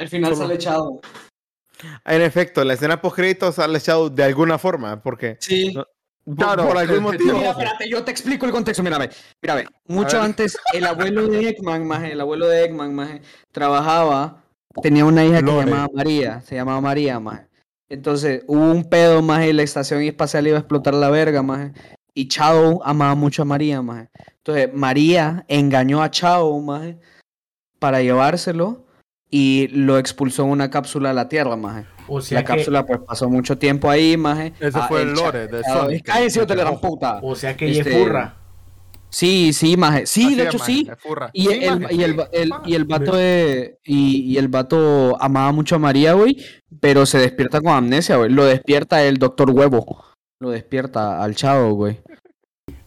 D: Al final sale echado.
F: En efecto, la escena post créditos sale echado de alguna forma, porque
D: Sí.
F: por-
G: Claro,
F: por algún
G: es que
F: motivo.
G: no.
D: Mira, espérate, yo te explico el contexto. Mírame, mírame. Mucho
G: ver.
D: antes, el abuelo de Eggman, maje, el abuelo de Eggman, maje, trabajaba, tenía una hija que se
G: Lore.
D: llamaba María, se llamaba María, maje. Entonces hubo un pedo, maje, y la estación espacial iba a explotar la verga, maje. Y Chao amaba mucho a María, maje. Entonces María engañó a Chao, maje, para llevárselo y lo expulsó en una cápsula a la Tierra, maje.
E: O sea
D: la
E: que,
D: cápsula pues pasó mucho tiempo ahí, maje.
G: Ese
D: Ah,
G: fue el
D: Chao-
G: lore de
D: Chao-
G: Sonic.
D: Cállense, yo te la gran puta.
E: o sea que ella es
D: Este,
E: furra.
D: Sí, sí, maje. Sí,
G: Así
D: de
G: es,
D: hecho
G: maje,
D: sí.
G: la furra.
D: Y
G: Sí,
D: el,
G: maje,
D: y, el,
G: sí,
D: va- el-
G: pa.
D: y el vato de, y, y el vato amaba mucho a María, güey, pero se despierta con amnesia, güey. Lo despierta el doctor huevo. Lo despierta al chavo, güey.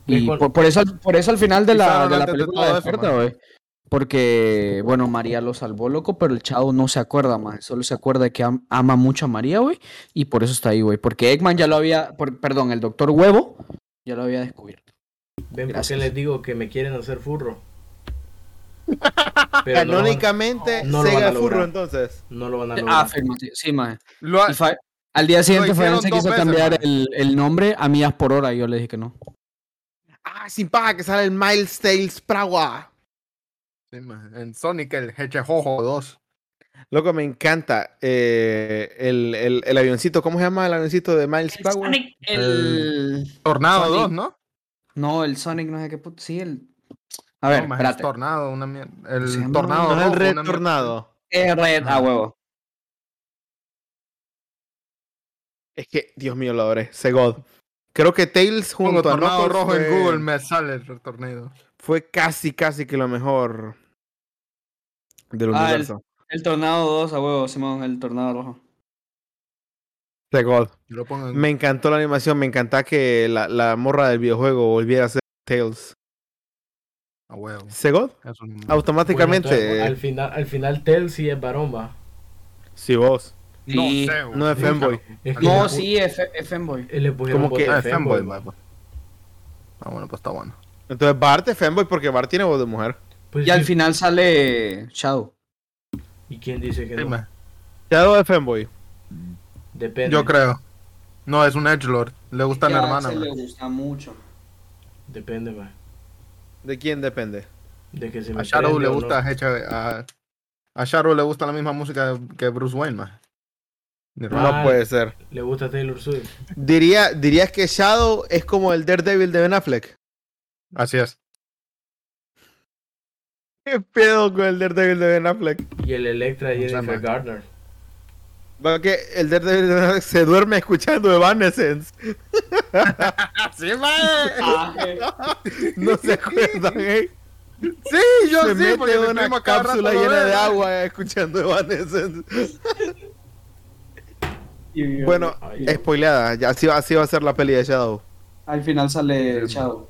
D: Y
E: Mejor-
D: por, por eso, al- por eso al final de
G: Quizá
D: la, de
G: no
D: la
G: entendí
D: película
G: todo eso,
D: despierta,
G: maje.
D: güey. Porque, bueno, María lo salvó, loco, pero el chavo no se acuerda, más. Solo se acuerda de que am- ama mucho a María, güey. Y por eso está ahí, güey. Porque Eggman ya lo había, por- perdón, el doctor huevo ya lo había descubierto.
E: Ven, ¿por qué
D: Gracias.
E: les digo que me quieren hacer furro? Pero no, lo van,
F: Canónicamente,
E: No lo van
F: Sega
E: a lograr.
F: furro entonces.
E: no lo van a
D: Ah,
E: lograr.
D: afirmativo, sí, maje.
G: Ah, Lo ha-
D: Y Fa- al día siguiente Fabián
G: hicieron
D: se
G: dos
D: quiso
G: veces,
D: cambiar
G: maje.
D: el, el nombre a millas por hora y yo le dije que no.
F: Ah, sin paja que sale el Miles Tales Prawa.
G: Sí, maje, en Sonic el Hechejojo 2.
F: Loco, me encanta eh, el, el- el avioncito. ¿Cómo se llama el avioncito de Miles Prawa?
D: El...
G: Tornado
D: Sonic.
G: 2, ¿no?
D: No, el Sonic no sé qué puto. Sí, el... A ver,
G: no, maje, es
D: espérate.
G: tornado, una mierda. El
D: Se llama-
G: tornado
F: No, es el
G: rojo,
F: Red
G: una mierda.
F: Tornado.
D: Es red, ah, huevo.
F: Es que, Dios mío, lo adoré. Segod. Creo que Tails
G: Pongo
F: junto a
G: tornado
F: Knuckles
G: rojo en
F: fue-
G: Google, me sale el tornado.
F: fue casi, casi que lo mejor del
D: Ah, el-
F: universo.
D: El tornado 2, a huevo, Simón, el tornado rojo.
F: Segod.
G: Yo lo pongo en
F: Me encantó la animación. Me encanta que la, la morra del videojuego volviera a ser Tails.
G: a huevo.
F: Segod.
G: Es un-
F: Automáticamente.
E: Bueno, entonces, al final, al final Tel sí es varón, va.
F: Si vos.
G: No
D: Sí.
G: sé, güey.
F: No es
G: Nunca-
F: fanboy.
E: Es que
D: No,
E: le- eh,
D: sí, es, fe- es fanboy.
E: le pusieron
F: Como
E: voz
F: que-
E: de
G: Ah, es fanboy,
E: fanboy, va.
G: va, va. Ah, bueno, pues está bueno.
F: Entonces Bart es fanboy porque Bart tiene voz de mujer.
E: Pues
D: Y al
E: sí.
D: final sale Shadow.
E: ¿Y quién dice que
G: Sí,
E: no?
G: maje,
F: Shadow es fanboy.
E: Depende.
G: Yo creo. No, es un Edgelord. Le gusta la
D: Ya,
G: hermana.
D: Axel
G: maje.
D: le gusta mucho.
E: Depende, va.
F: ¿De quién depende?
E: de que se me
G: A Shadow
E: prende
G: le
E: o no.
G: gusta hecha- a, a Shadow le gusta la misma música que Bruce Wayne, más.
E: Ah.
F: No pues. puede ser.
E: Le gusta Taylor Swift.
F: Diría, dirías que Shadow es como el Daredevil de Ben Affleck.
G: Así es.
F: ¿Qué pedo con el Daredevil de Ben Affleck?
E: Y el Electra de
G: se
E: Jennifer
G: llama?
E: Gardner.
F: Va que el Daredevil de Ben Affleck se duerme escuchando Evanescence.
G: ¡Así, mae!
F: No se acuerdan, ¿eh?
G: Sí, yo
F: se
G: sí,
F: mete
G: porque mi
F: una
G: primo cada
F: cápsula
G: rato lo
F: llena
G: ve,
F: de
G: ¿no?
F: agua eh, escuchando Evanescence.
D: Y
F: Bueno,
E: Ay,
F: spoileada, ya, así, va- así va a ser la peli de Shadow.
D: al final sale Shadow.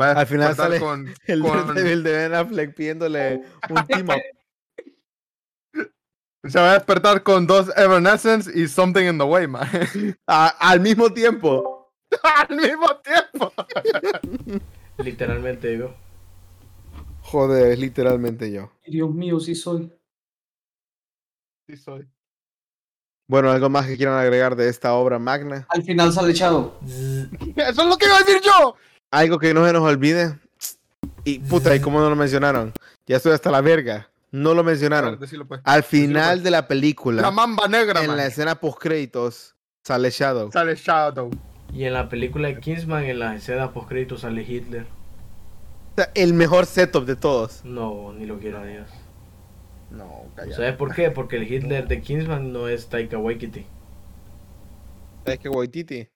G: Va a
F: Al final
G: cortar
F: sale
G: con,
F: El
G: con-
F: Daredevil de Ben Affleck pidiéndole un team up.
G: Se va a despertar con dos Evanescence y Something in the Way, man.
F: A- al mismo tiempo.
G: Al mismo tiempo.
E: Literalmente digo.
F: Joder, es literalmente yo.
D: Dios mío, sí soy.
G: Sí, soy.
F: Bueno, algo más que quieran agregar de esta obra magna.
D: Al final sale Shadow.
E: zzz,
G: Eso es lo que iba a decir yo.
F: Algo que no se nos olvide. Y puta, ¿y cómo no lo mencionaron? Ya estoy hasta la verga. No lo mencionaron.
G: Decilo, pues.
F: Al final de la
G: La
F: película,
G: mamba negra,
F: en
G: man.
F: la escena post créditos, sale Shadow.
G: Sale Shadow.
E: Y en la película de Kingsman, en las escenas postcréditos sale Hitler.
F: O sea, el mejor setup de todos.
E: No, ni lo quiero a Dios.
G: No, calla.
E: ¿Sabes por qué? Porque el Hitler de Kingsman no es Taika Waititi.
F: ¿Sabes qué, Waititi?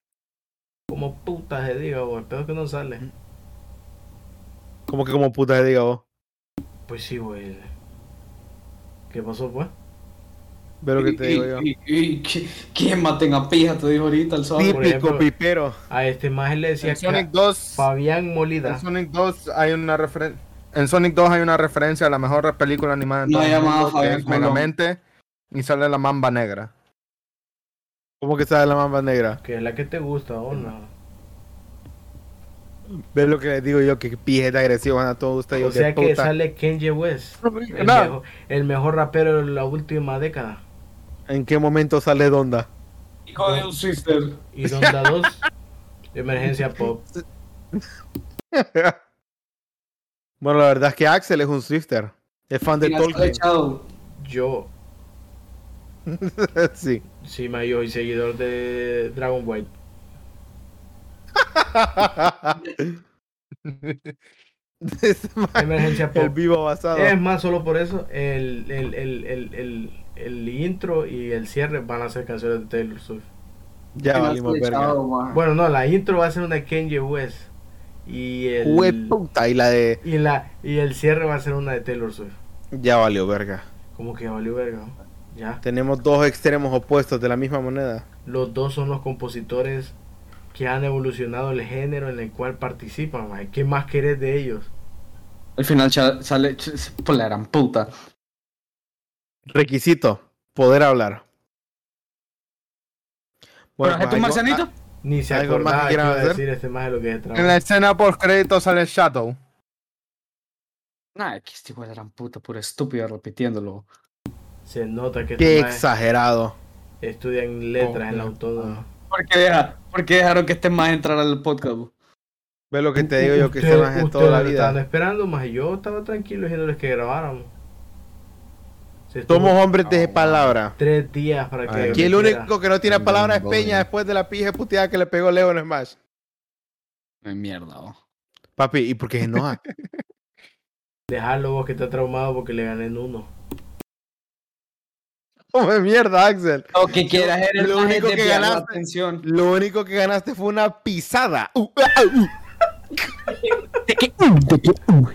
E: Como puta se diga, o el pedo es que no sale.
F: Como que como puta diga vos.
E: Pues sí, güey. ¿Qué pasó, pues?
F: Ve lo que te
D: Y-
F: digo yo.
D: y- y- y- ¿Quién maten a pija? Te dijo ahorita el sábado.
E: Por ejemplo,
F: Típico pipero.
E: A este más le decía
G: En Sonic
E: que
G: 2.
E: Fabián
G: En
E: Molida.
G: Sonic 2 hay una referencia. En Sonic 2 hay una referencia a la mejor película animada en
D: No
G: todo el
D: llamaba
G: mundo, que
D: Fabián
G: es
D: Colón.
G: Megamente, y sale la mamba negra.
F: ¿Cómo que sale la mamba negra?
E: Que es la que te gusta, o no.
F: Ve lo que les digo yo, que pije de agresivo van a todos ustedes.
E: O
F: hijo
E: sea
F: de
E: que
F: puta.
E: sale Kenji West. El,
G: No.
E: mejor, el mejor rapero de la última década.
F: ¿En qué momento sale Donda?
D: Hijo de un sister.
E: Y Donda 2, Emergencia Pop.
F: bueno, la verdad es que Axel es un Swifter. Es fan
D: Al
F: de
D: final sale
F: Tolkien.
D: Shadow.
E: Yo,
F: sí.
E: sí, mayor y seguidor de Dragon Ball.
F: Es
E: Emergencia
F: el
E: Pop.
F: vivo basado.
E: Es más, solo por eso, el, el, el, el, el, el intro y el cierre van a ser canciones de Taylor Swift.
F: Ya
D: Al final
F: valimos
D: sale
F: verga.
D: Shadow, maje.
E: Bueno, no, la intro va a ser una de Kenji West. Y
F: Jue
E: el,
F: puta, y la de
E: y, la, y el cierre va a ser una de Taylor Swift.
F: ya valió verga.
E: Como que valió verga. ¿no? Ya.
F: Tenemos dos extremos opuestos de la misma moneda.
E: Los dos son los compositores que han evolucionado el género en el cual participan. maje. ¿Qué más querés de ellos?
D: Al final Sha- sale. ch- Por la gran puta.
F: Requisito, poder hablar.
D: ¿Pero
F: pues,
D: tu
F: algo-
D: marcianito?
E: Ni se
F: ¿Algo más que
E: acordaba que
F: quieran
E: iba a
F: hacer?
E: decir este más de lo que es
F: Ah,
G: En la
E: trabajo.
G: escena post crédito sale Shadow.
D: Nah, que este hijo de la gran puta, puro estúpido repitiéndolo.
E: Se nota que
F: ah, Qué
E: estos majes
F: exagerado.
E: estudian letras en la autónoma.
D: ¿Por qué, deja- por qué dejaron que este más entrar al podcast? bo?
F: Ve lo que te digo yo que
E: Ustedes-
F: se más en toda la
E: ustedes Estaban
F: vida.
E: esperando más y yo estaba tranquilo diciéndoles que grabáramos. Se estuvo
F: Somos hombres de palabra.
E: tres días para que.
F: Aquí el
E: dijera,
F: único que no tiene palabra es Peña después de la pija puteada que le pegó Leo en Smash.
D: Ay, mierda, bo.
F: Papi, ¿y por qué se enoja?
E: Dejarlo vos que está traumado porque le gané en uno.
F: Come mierda, Axel.
D: Lo que quieras era el
F: lo
D: maje
F: único que
D: desviar la
F: ganaste.
D: atención.
F: Lo único que ganaste fue una pisada. Uh, ah, uh.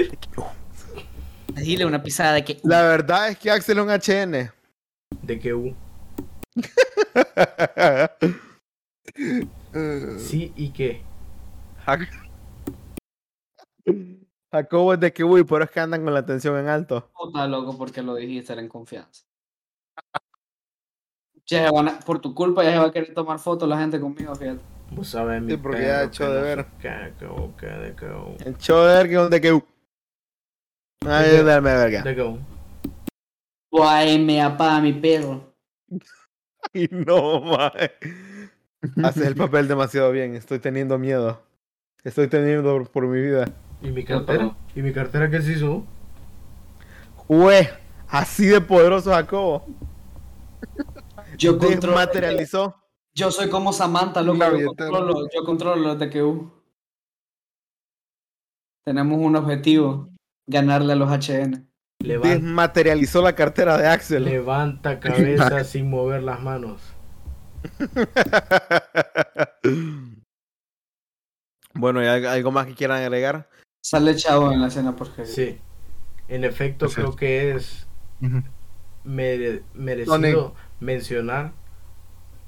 D: Dile una pisada de que.
F: La verdad es que Axel es un HN.
E: De que un. Sí y que.
F: Jacobo es de que uy, pero es que andan con la tensión en alto.
D: puta, loco, porque lo dijiste era en confianza. Ya se van a- por tu culpa ya se va a querer tomar fotos la gente conmigo, fíjate.
E: Vos sabés, mi
F: Sí, porque ya
E: perro,
F: echó
E: que
F: de
E: no sé
F: ver.
E: qué, que vos, que de que vos.
F: El show de verga donde que uh. Ay,
E: Oye.
F: dame verga.
E: De que vos.
D: Guay, me apaga mi perro.
F: Ay, no, mae. Haces el papel demasiado bien. Estoy teniendo miedo. Estoy teniendo por mi vida.
E: ¿Y mi cartera? ¿Y mi cartera qué se hizo?
F: Jue, así de poderoso Jacobo.
D: Yo controlo.
F: Materializó.
D: Yo soy como Samantha, loco.
G: La
D: Yo
G: billetera.
D: controlo, yo controlo los de que uh. Tenemos un objetivo: ganarle a los HN.
E: Levanta,
F: Desmaterializó la cartera de Axel.
E: levanta cabeza sin mover las manos.
F: bueno, ¿y al- algo más que quieran agregar?
D: Sale chavo en la escena porque.
E: Sí. En efecto, creo
G: Perfecto.
E: que es
G: Ujú.
E: mere- merecido
G: Sonic.
E: mencionar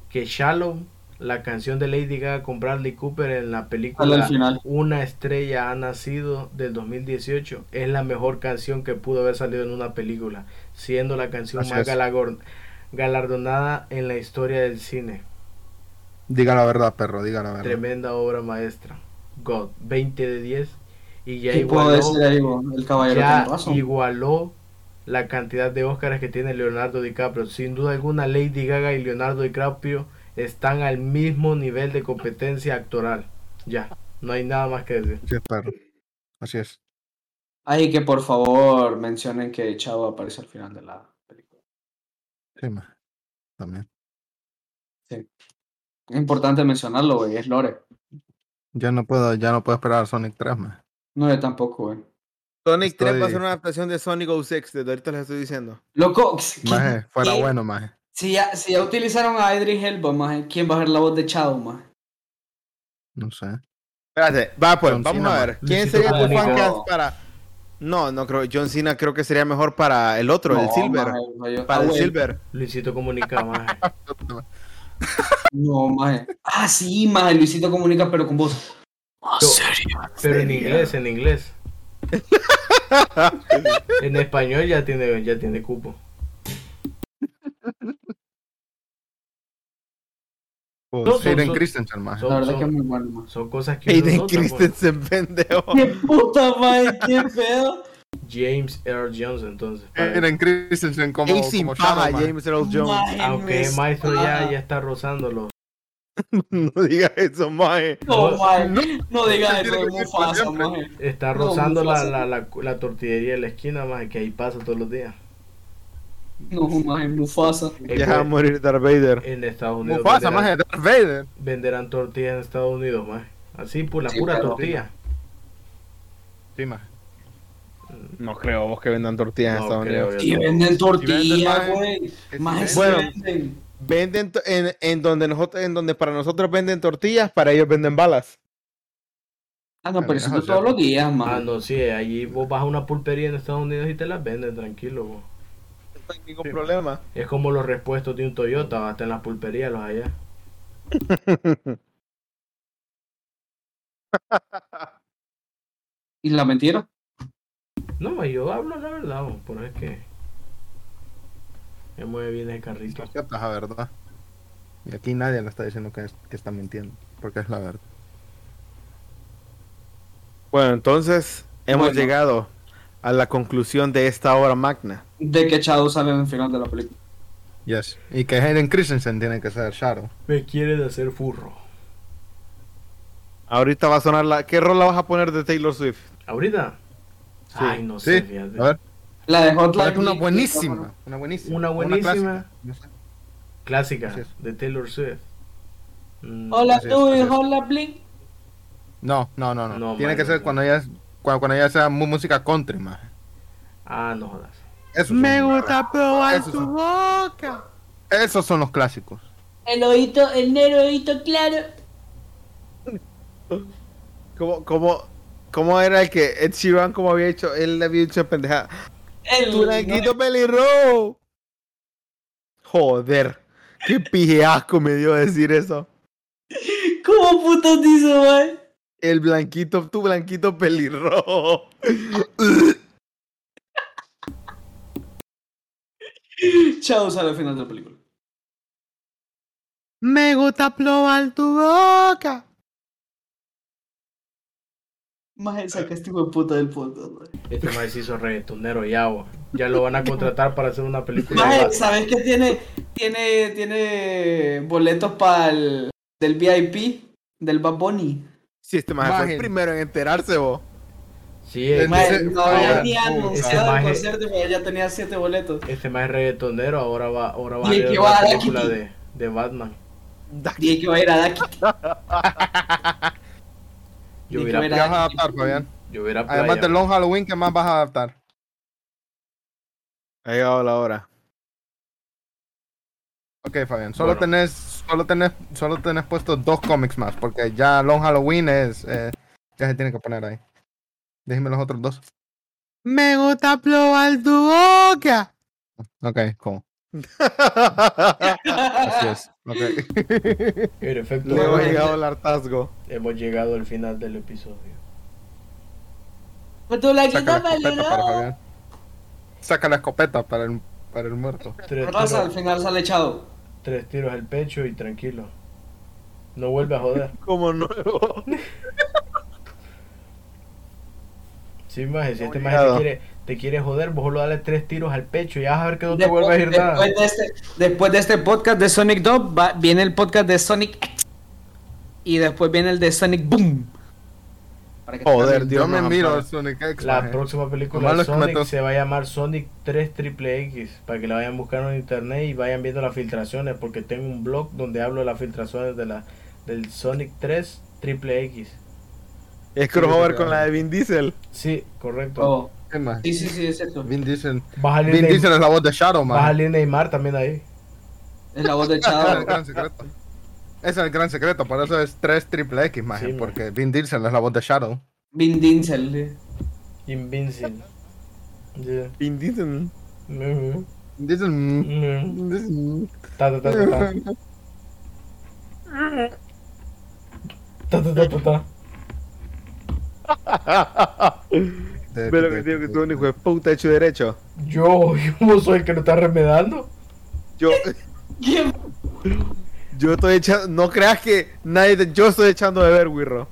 E: que Shallow, la canción de Lady Gaga con Bradley Cooper en
D: Sale
E: la
D: al
E: película
D: final.
E: Una estrella ha nacido del 2018 es la mejor canción que pudo haber salido en una película, siendo la canción
G: Así
E: más
G: es.
E: galagor- galardonada en la historia del cine.
G: Diga la verdad, perro, diga la verdad.
E: Tremenda obra maestra. God, 20 de 10. Y ya
D: ¿Qué puedo
E: igualó-
D: decir ahí, vos? El caballero
E: ya
D: tiene razón.
E: igualó la cantidad de Óscares que tiene Leonardo DiCaprio. Sin duda alguna, Lady Gaga y Leonardo DiCaprio están al mismo nivel de competencia actoral. Ya, no hay nada más que decir.
G: Así es, perro. Así es.
D: Ay, que por favor mencionen que Chavo aparece al final de la película.
G: Sí, ma. También.
D: Es importante mencionarlo, güey. Es Lore.
G: Ya no puedo, ya no puedo esperar a Sonic 3, más.
D: No, yo tampoco, güey.
F: Sonic 3 va a
G: Estoy-
F: ser una adaptación de Sonic 06, desde ahorita les estoy diciendo.
D: Loco, ¿quién-
G: Maje, fuera
D: quién-
G: bueno, maje.
D: Si ya, si ya utilizaron a Idris Elba, maje, ¿quién va a ser la voz de Chavo, maje?
G: No sé.
F: Espérate, va pues,
G: John
F: vamos
G: Cena,
F: a
G: ma.
F: ver. ¿Quién
E: Luisito
F: sería tu
E: Comunica.
F: fancast para.? No, no creo. John Cena creo que sería mejor para el otro, el
D: No,
F: Silver.
D: maje, no, yo-
F: Para
D: ah,
F: el
D: güey,
F: Silver.
E: Luisito comunica más. eh.
D: No, maje. Ah, sí, maje, Luisito comunica, pero con voz.
E: Pero en inglés, en inglés. en español ya tiene, ya tiene cupo.
G: O
F: Pues
E: son-
G: Hayden
E: son-
G: Christensen, maje.
E: son-
D: La verdad
E: son-
D: que es muy bueno, maje.
E: son cosas que uno
F: Hayden
E: nota, pues.
F: Christensen, pendejo.
D: ¡Qué puta, maje! ¡Qué pedo!
E: James Earl Jones
G: Eh,
E: entonces. para-
G: Hayden Christensen como,
F: Él sin
G: como
F: paja,
G: Shadow, maje.
F: James Earl Jones.
D: Maje, no
E: Aunque
D: es-
E: maestro ya,
D: ah,
E: ya está rozándolo.
F: no digas eso, maje.
D: No, maje. No digas
G: Tiene
D: eso de
G: que ser
D: Mufasa,
G: siempre.
D: maje.
E: Está
D: No,
E: rozando la,
D: Mufasa.
E: la, la, la tortillería de la esquina, más que ahí pasa todos los días.
D: No, maje, Mufasa.
E: Eh,
F: Ya va a
E: güey,
F: morir Darth Vader.
E: en Estados Unidos
G: Mufasa,
E: venderán,
G: maje, Darth Vader.
E: venderán tortillas en Estados Unidos, más. Así, por la
D: Sí,
E: pura
D: claro.
E: tortilla.
G: Sí, maje.
F: No creo vos que vendan tortillas en
E: No
F: Estados
E: creo
F: Unidos.
E: yo.
D: Y venden tortillas,
G: maje,
D: güey.
G: que si
D: Maje, sí
F: venden.
D: venden.
F: Venden to- en, en donde nosotros, en donde para nosotros venden tortillas, para ellos venden balas.
D: Ah, no, pero
G: Vale,
D: eso
G: no,
D: es todos
G: ya.
D: los días,
E: Ah,
D: maje.
E: no, sí, allí vos vas a una pulpería en Estados Unidos y te las venden, tranquilo. vos.
F: No hay ningún problema.
E: Es como los repuestos de un Toyota, hasta en las pulperías los allá.
D: ¿Y la mentira?
E: No, yo hablo la verdad, vos, pero es que. Me mueve bien el carrito.
G: Es cierto, es la verdad. Y aquí nadie le está diciendo que, es- que está mintiendo, porque es la verdad.
F: Bueno, entonces hemos
D: Bueno.
F: llegado a la conclusión de esta obra magna.
D: De que Chavo sale en el final de la película.
G: Yes. Y que Hayden Christensen tiene que ser Shadow.
E: Me quieren hacer furro.
F: Ahorita va a sonar la. ¿Qué rola vas a poner de Taylor Swift?
E: ¿Ahorita? Ay, no
G: Sí,
E: sé, fíjate.
G: a ver.
D: La de
G: Pero
D: Hotline.
G: es una
D: Miami,
G: buenísima. Una buenísima.
E: Una
G: o
E: buenísima.
G: clásica, no sé.
E: Clásica
G: Así es.
E: de Taylor Swift. Mm,
D: Hola,
G: Así es,
D: tú
G: así es.
D: hola, Blink.
G: No, no, no, no.
E: No,
G: tiene
E: maje,
G: que ser
E: no.
G: cuando ella cuando, cuando ella sea mu- música country, maje.
E: Ah, no jodas.
G: Esos
F: Me
G: son-
F: gusta probar
G: Esos
F: tu
G: son-
F: boca.
G: Esos son los clásicos.
H: El oído, el negro oído claro.
F: ¿Cómo, cómo, cómo era el que Ed Sheeran, como había hecho? Él había hecho pendejada.
D: El
F: ¡Tu blanquito pelirrojo! Joder, qué pijeasco me dio decir eso.
D: ¿Cómo putas dice, güey?
F: El blanquito, tu blanquito pelirrojo.
D: Chavo sale al final de la película.
F: Me gusta probar tu boca.
D: Maje, saca este hijo de puta del podcast, güey.
E: Este más se hizo reggaetonero ya, bo. Ya lo van a contratar para hacer una película. de
D: Maje,
E: Batman.
D: ¿sabes que tiene, tiene, tiene boletos para el del VIP del Bad Bunny?
F: Si este maje fue el
G: Maje.
F: primero en enterarse, vos.
E: Sí, este es-
G: Entonces-
D: Mae,
G: no,
D: ya
G: ahora,
D: te han
G: puta.
D: anunciado el
E: Maje.
D: concierto, pero ya tenía siete boletos.
E: este más reggaetonero ahora va, ahora va a
D: Y el
E: ver
D: que
E: una
D: va a dar
E: película
D: aquí.
E: de, de Batman.
D: Dije que va a ir a Daki.
E: Yo
D: Ni que
E: hubiera,
D: ver
G: ¿Qué vas a adaptar, Fabián?
E: yo hubiera
G: Además
E: playa.
G: del Long Halloween, ¿qué más vas a adaptar?
F: Ha llegado la hora.
G: Ok, Fabián, solo
E: Bueno.
G: tenés, solo tenés, solo tenés puesto dos cómics más, porque ya Long Halloween es, eh, ya se tiene que poner ahí. Déjeme los otros dos.
F: Me gusta probar tu boca.
G: Ok, cool. Así es. Ok.
E: En efecto,
F: Le ha llegado el hartazgo.
E: hemos llegado al final del episodio.
I: Pues tú la que
G: Saca
I: no
G: la escopeta para
I: valoró.
G: Fabián. Saca la escopeta para el, para el muerto.
E: Tres,
D: Raza al
E: tiros,
D: final sale echado.
E: tres tiros al pecho y tranquilo. No vuelve a joder.
F: Como nuevo.
E: Sí, maje, si este maje te
F: Obligado.
E: quiere, te quiere joder, vos solo dale tres tiros al pecho y vas a ver que no te
D: Después,
E: vuelve a ir nada.
D: después de este, después de este podcast de Sonic 2, va- viene el podcast de Sonic X. Y después viene el de Sonic Boom. Para que
E: Oh.
F: Joder, Dios
G: Yo me
F: nos
G: miro
F: ampare.
G: a Sonic X.
E: La
G: maje.
E: próxima película
G: Nomás
E: de
G: los
E: Sonic
G: comentarios.
E: se va a llamar Sonic 3 Triple X para que la vayan buscando en internet y vayan viendo las filtraciones porque tengo un blog donde hablo de las filtraciones de la del Sonic 3 Triple X.
F: Es crossover con la de Vin Diesel.
E: Sí, correcto.
D: Oh,
G: ¿Qué más?
D: sí, sí, sí, es cierto.
G: Vin Diesel.
E: Va a salir
G: Vin
E: Neym-
G: Diesel es la voz de Shadow,
E: va a
G: man.
E: salir Neymar también ahí.
D: Es la voz de
G: Ese es el
D: Chado.
G: gran secreto. Ese es el gran secreto, por eso es 3 triple X, maje,
E: Sí, man.
G: porque Vin Diesel es la voz de Shadow.
D: Vin Diesel. sí.
E: Invincible. Yeah.
F: Vin Diesel.
E: Mhm.
G: Vin Diesel, mm,
E: Mhm.
G: Vin Diesel,
E: Ta, ta, ta, ta, ta. Ta, ta, ta, ta, ta.
G: de-
F: Ve
G: de-
F: lo que digo que
G: de-
F: tú un hijo de puta hecho y derecho.
E: Yo, yo no soy el que lo está remedando.
F: Yo. Yo estoy echando. No creas que nadie. te- Yo estoy echando de ver, Wirro.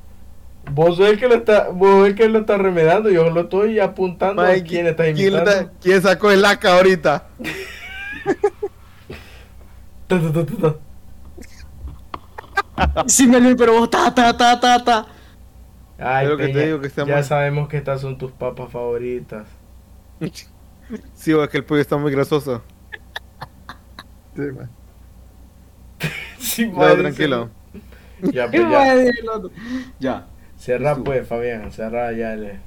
E: Vos sos el que lo está, vos sos el que lo está remedando, yo lo estoy apuntando
F: Mae,
E: a quién está
F: ¿quién le
E: invitando.
F: está- ¿Quién sacó el laca ahorita?
E: Ta, ta, ta, ta, ta.
D: Sí, Melvin, pero vos ta, ta, ta, ta, ta.
E: Ay,
F: Es lo que te
E: Peña,
F: digo que está
E: ya
F: mal.
E: sabemos que estas son tus papas favoritas.
F: Sí, o es que el pollo está muy grasoso.
G: Sí, man.
E: Sí,
F: No,
E: madre,
F: tranquilo.
E: sí. Ya,
D: ¿Qué
E: pues,
D: va a
E: ya.
D: decir el otro? Ya.
E: Cerra pues, Fabián, cerra ya. Le.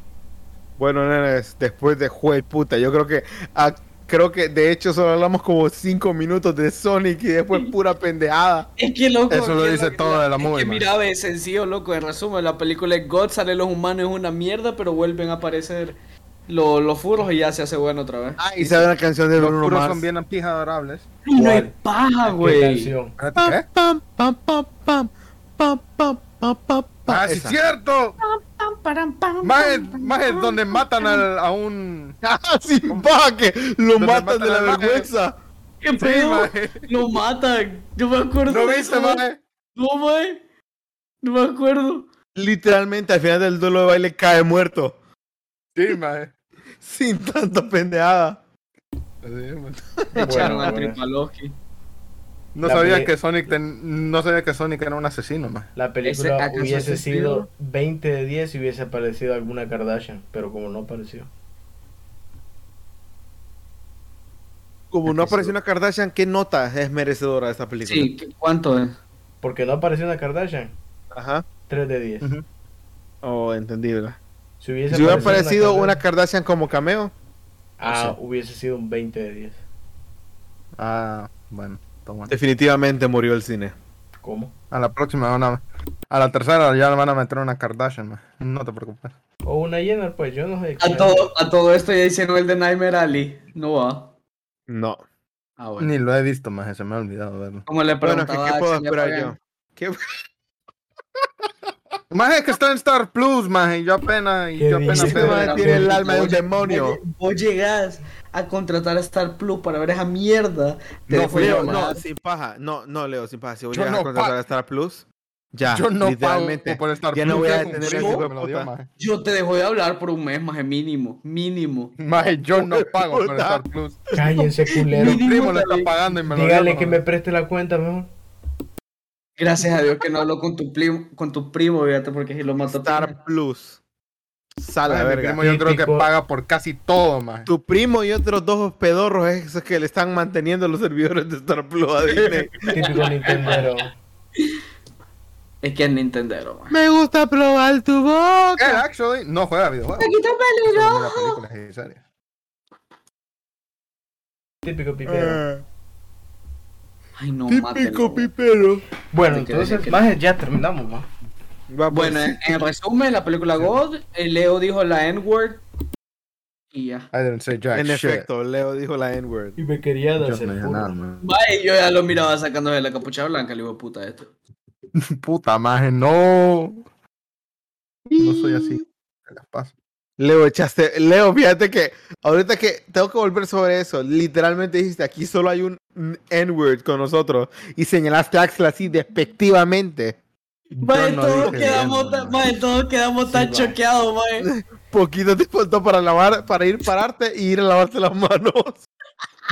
F: Bueno, nenes, después de Jue puta, yo creo que ah, creo que de hecho solo hablamos como 5 minutos de Sonic y después pura pendejada.
D: Es que loco.
G: Eso
D: es
G: lo
D: que
G: dice
D: que-
G: todo de la
D: es
G: movie,
D: Que
G: man.
D: mira, ve, es sencillo, loco. En resumen, la película es God, salen los humanos, es una mierda, pero vuelven a aparecer lo- los furros y ya se hace bueno otra vez.
F: Ah, y sabe la canción de
G: Los
F: Bruno
G: puros
F: Mars.
G: son bien pijas adorables.
D: Ay, no hay
E: ¿Cuál?
D: paja,
E: ¿Qué
D: güey.
E: canción?
G: Espérate,
F: Pam,
G: ¿qué?
F: pam, pam, pam, pam, pam, pam, pam, pam, pam.
G: ¡Ah, sí, es
F: Esa.
G: cierto! Más es donde matan al- a un.
F: Ah, sí, va, que lo
G: Donde
F: matan
G: matan
F: de la
G: al maje.
F: vergüenza.
D: ¿Qué pedo?
G: maje.
D: Lo matan. Yo me acuerdo.
G: ¿No
D: de
G: viste,
D: eso,
G: maje?
D: No, mae. No me acuerdo.
F: Literalmente al final del duelo de baile cae muerto.
G: Sí, maje.
F: Sin tanta pendejada.
G: Así es, maje.
D: Le echaron
E: bueno.
D: a Tripaloski.
G: No
E: La
G: sabía
E: peli-
G: que Sonic ten- no sabía que Sonic era un asesino, maje.
E: La
D: Ese,
E: película
D: ¿acaso
E: hubiese
D: ese
E: sido
D: estilo?
E: 20 de 10 si hubiese aparecido alguna Kardashian, pero como no apareció.
F: Como no apareció una Kardashian, ¿qué nota es merecedora de esta película?
D: Sí, ¿qué- ¿cuánto es?
E: Porque no apareció una Kardashian,
F: Ajá.
E: 3 de 10.
F: Oh, entendible.
E: Si hubiese
F: Si hubiera
E: aparecido
F: aparecido una Kardashian como cameo,
E: Ah, hubiese sido un 20 de 10.
G: Ah, bueno, toma.
F: definitivamente murió el cine.
E: ¿Cómo?
G: A la próxima van a. A la tercera ya le van a meter una Kardashian, maje. No te preocupes.
E: O una llena, pues yo no sé.
D: A todo, a todo esto ya hicieron el de Nightmare Alley. No va.
F: No.
D: Ah, bueno.
G: Ni lo he visto, maje. Se me ha olvidado verlo.
D: Como le
F: Bueno, ¿qué,
D: preguntaba
F: qué
D: a
F: puedo
D: Axel
F: esperar
D: Aparian.
F: yo? ¿Qué-
G: Maje, que está en Star Plus, maje. Yo apenas.
E: Qué
G: Yo apenas.
E: bien.
F: Este
G: veo-
F: man tiene el alma de un demonio.
D: Oye, Vos llegás a contratar a Star Plus para ver esa mierda. Te
G: No fui
D: dejo
G: yo,
D: llamar.
F: No, sin paja. No, no, Leo, sin paja. Si voy
G: Yo
F: a
G: no
F: no contratar
G: pa-
F: a Star Plus, ya.
G: Yo no pago
F: Ah, literalmente.
G: por Star
F: ya
G: Plus.
F: no voy a
G: yo
F: detener
G: compré,
F: a ese
G: me
F: hijo de
G: lo dio,
F: puta.
G: maje.
D: Yo te dejo de hablar por un mes más, mínimo, mínimo.
G: Maje, yo no pago por
F: puta.
G: Star Plus.
E: Cállense, culero.
G: Mi primo lo está pagando y me lo dio,
E: Dígale
G: no,
E: que
G: no.
E: me preste la cuenta mejor.
D: Gracias a Dios que no hablo con tu primo, con tu primo, fíjate, porque si lo mató.
F: Star Plus. Sala,
G: Ay, mi
F: verga.
G: primo yo creo que
E: Típico.
G: paga por casi todo, Eh, más.
F: Tu primo y otros dos pedorros eh, esos que le están manteniendo los servidores de Star Plus a Disney.
E: Típico Nintendero.
D: Es que es Nintendero, man.
F: Me gusta probar tu boca.
G: Él, actually, no juega videojuegos.
J: Aquí está
G: Solo
J: peludo.
G: mira películas y series.
D: Ah,
E: Típico pipero.
D: Ay, no, mátelo,
F: Típico
D: güey.
F: pipero.
E: Bueno,
D: Te quedé, te
E: entonces,
D: quedé.
E: más ya terminamos, más.
F: Va, pues.
D: Bueno, eh. en, en resumen, la película God, eh, Leo dijo la N-word y ya.
G: I didn't say jack
F: en
G: Ah, shit.
F: efecto, Leo dijo la N-word.
E: Y me quería
G: Yo
E: de
G: no
E: hacer
G: dije
E: puro.
G: nada, man.
D: Vaya, yo ya lo miraba sacándose la capucha blanca, le digo, puta, esto.
G: Puta maje, no. No soy así. ¿Qué les pasa?
F: Leo, echaste. Leo, fíjate que ahorita que tengo que volver sobre eso. Literalmente dijiste: aquí solo hay un N-word con nosotros. Y señalaste a Axel así despectivamente.
D: Mae,
G: Yo no
D: todos,
G: dije
D: quedamos
G: bien,
D: tan-
G: man.
D: mae, todos quedamos tan
E: va.
D: choqueados, mae.
F: Poquito te faltó para lavar, para ir pararte y ir a lavarte las manos.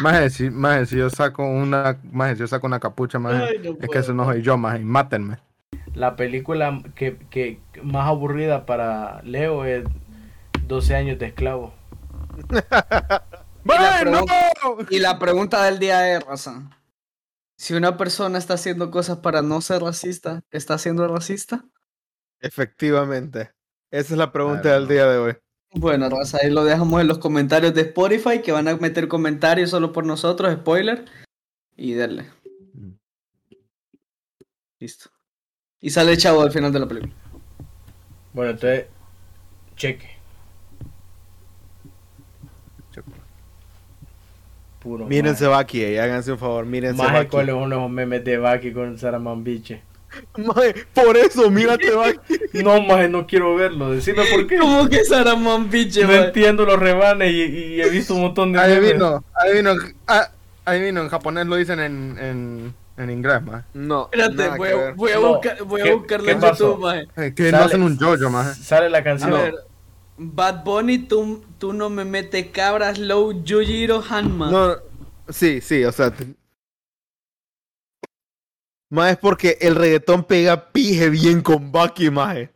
G: Maje, si, maje, si yo saco una, maje, si yo saco una capucha, maje,
D: Ay, no
G: es que
D: puedo.
G: eso no soy yo, maje, y mátenme.
E: La película que, que más aburrida para Leo es 12 años de esclavo.
D: la
G: ¡Bueno!
D: Y la pregunta del día es, raza. Si una persona está haciendo cosas para no ser racista, ¿está siendo racista?
F: Efectivamente. Esa es la pregunta
G: Claro.
F: del día de hoy.
D: Bueno, raza, ahí lo dejamos en los comentarios de Spotify, que van a meter comentarios solo por nosotros, spoiler. Y darle. Listo. Y sale el chavo al final de la película.
E: Bueno, entonces, cheque.
G: Cheque.
E: Puro.
F: Mírense Baki, eh, háganse un favor, mírense
E: Más
F: Baki.
E: cuáles son los memes de Baki con Saramambiche.
F: Maje, por eso, mírate Baki.
E: No, más no quiero verlo. Decime por qué.
D: ¿Cómo que Saramón, pinche,
E: No
D: mae?
E: entiendo los rebanes y, y he visto un montón
G: Ah,
E: de memes.
G: Adivino, adivino, ah, adivino, en japonés lo dicen en, en, en inglés, maje.
F: No,
D: Espérate,
F: nada
D: voy,
F: que
D: a-
F: ver.
D: voy a
E: No,
D: buscar, voy a
E: ¿qué-
D: buscarlo
E: qué
D: en
E: pasó?
D: YouTube, mae.
G: Eh, Que no
E: Sale-
G: hacen un yo-yo, maje.
E: Sale la
D: A
E: canción.
D: ver, Bad Bunny, tú, tú no me metes cabras, Low Yujiro Hanma.
F: No, no, sí, sí, o sea. te- Más es porque el reggaetón pega pije bien con Baki, maje.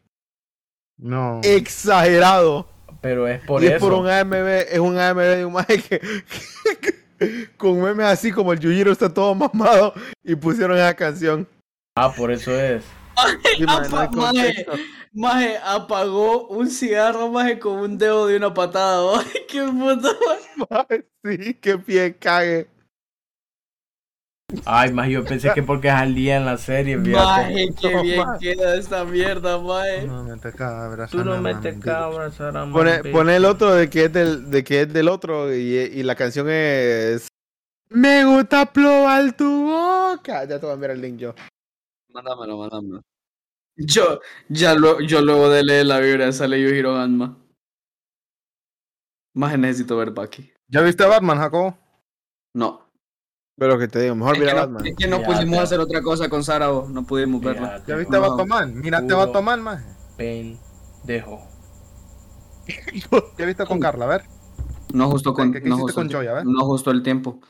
G: No.
F: Exagerado.
E: Pero es por
F: y
E: eso.
F: es por un AMB, es un AMB de un maje que, que- con memes así como el Yujiro está todo mamado y pusieron esa canción.
E: Ah, por eso es.
F: Sí, maje, no hay
D: Apa- maje,
F: contexto.
D: maje, apagó un cigarro, maje, con un dedo de una patada. Ay, qué puto, maje.
F: Maje, sí, qué pie cague.
E: Ay, más yo pensé que porque salía en la serie, fíjate.
D: Maje, qué
F: No,
D: bien
F: maje.
D: queda esta mierda, maje.
G: No mete cabras.
E: Tú no
G: ah,
E: metes
G: mentira.
E: cabras,
F: Pone,
E: Saramambiche.
F: pone el otro de que es del, de que es del otro y, y la canción es... Me gusta probar tu boca. Ya te voy a enviar el link yo.
D: Mándamelo, mándamelo. Yo, ya lo, yo luego de leer la vibra sale Yujiro Hanma. Maje, necesito ver Baki.
G: ¿Ya viste a Batman, Jacobo?
D: No.
F: Pero que te digo, mejor
D: Es
F: mira
D: que, no,
F: Batman.
D: es que no
E: Ya,
D: pusimos
E: ya.
D: hacer otra cosa con Sara, vos, no pudimos verla.
E: Fíjate,
G: ¿Ya viste a
D: No.
G: Batman? Mírate
E: Puro.
G: a Batman, maje.
E: Pendejo.
G: ¿Ya viste con Carla? A ver.
D: No justo con,
G: ¿Qué- qué
D: no
G: hiciste
D: justo
G: con
D: el-
G: Joy, a ver?
D: no justo el tiempo.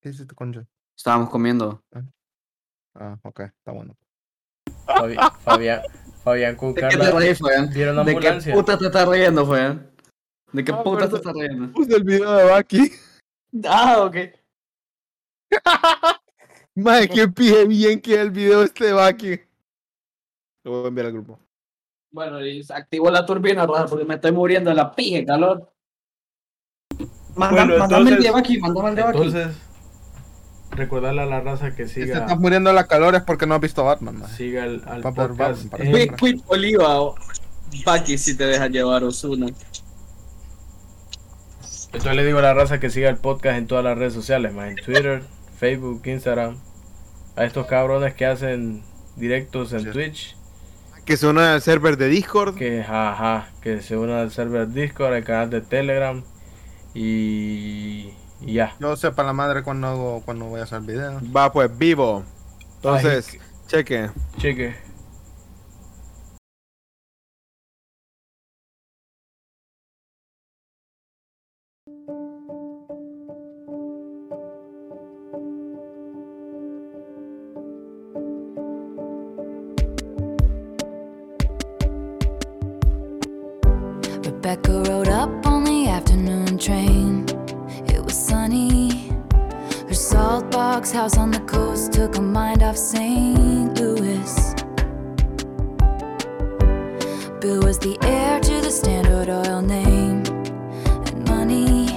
G: ¿Qué hiciste con yo?
D: Estábamos comiendo.
G: Ah, ok, está bueno.
E: Fabi- Fabián, Fabián con
D: ¿De qué ¿eh? te
E: Carla.
D: reís, Fabián?
E: ¿Vieron la
D: ¿De qué
E: ambulancia?
D: puta te estás riendo, Fabián? ¿De qué
F: Ah,
D: puta te
F: perdón.
D: estás riendo?
F: Puse el video de Baki.
D: Ah, ok.
F: Madre, qué pije bien que el video este de Baki. Lo voy a enviar al grupo.
D: Bueno, y se activó la turbina, raza, porque me estoy muriendo de la pije, calor. Manda-
E: Bueno,
D: Mandame el
E: entonces-
D: de aquí, mandame el de aquí.
E: Entonces, recordarle a la raza que
G: Si te
F: Este
E: siga,
G: estás muriendo de la calor es porque no has visto Batman, maje.
E: siga al, al
G: Va por
E: podcast.
G: Batman, para
E: en-
G: siempre.
D: Quick, quick, Oliva. o- Paqui, si te deja llevar Osuna.
E: entonces le digo a la raza que siga el podcast en todas las redes sociales, más en Twitter, Facebook, Instagram. A estos cabrones que hacen directos en
G: Sí.
E: Twitch,
F: Que suena el server de Discord.
E: que ajá, que se unan al server Discord, al canal de Telegram y, y ya.
G: Yo sepa la madre cuando hago, cuando voy a hacer video.
F: Va pues vivo. Entonces, cheque.
E: Cheque.
K: Rebecca rode up on the afternoon train. It was sunny. Her salt box house on the coast took her mind off St. Louis. Bill was the heir to the Standard Oil name and money.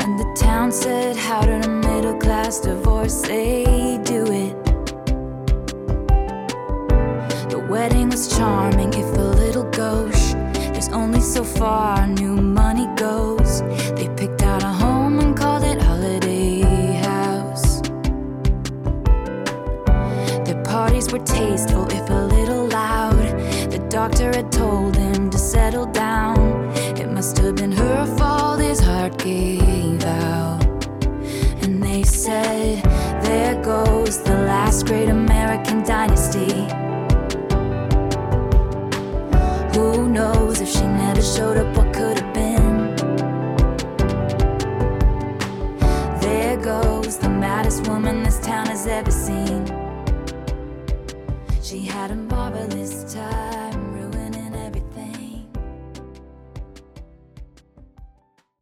K: And the town said, How did a middle class divorcee do it? The wedding was charming if a little gauche. There's only so far new money goes. They picked out a home and called it Holiday House. Their parties were tasteful if a little loud. The doctor had told him to settle down. It must have been her fault his heart gave out. And they said, There goes the last great American dynasty. Who knows if she never showed up? What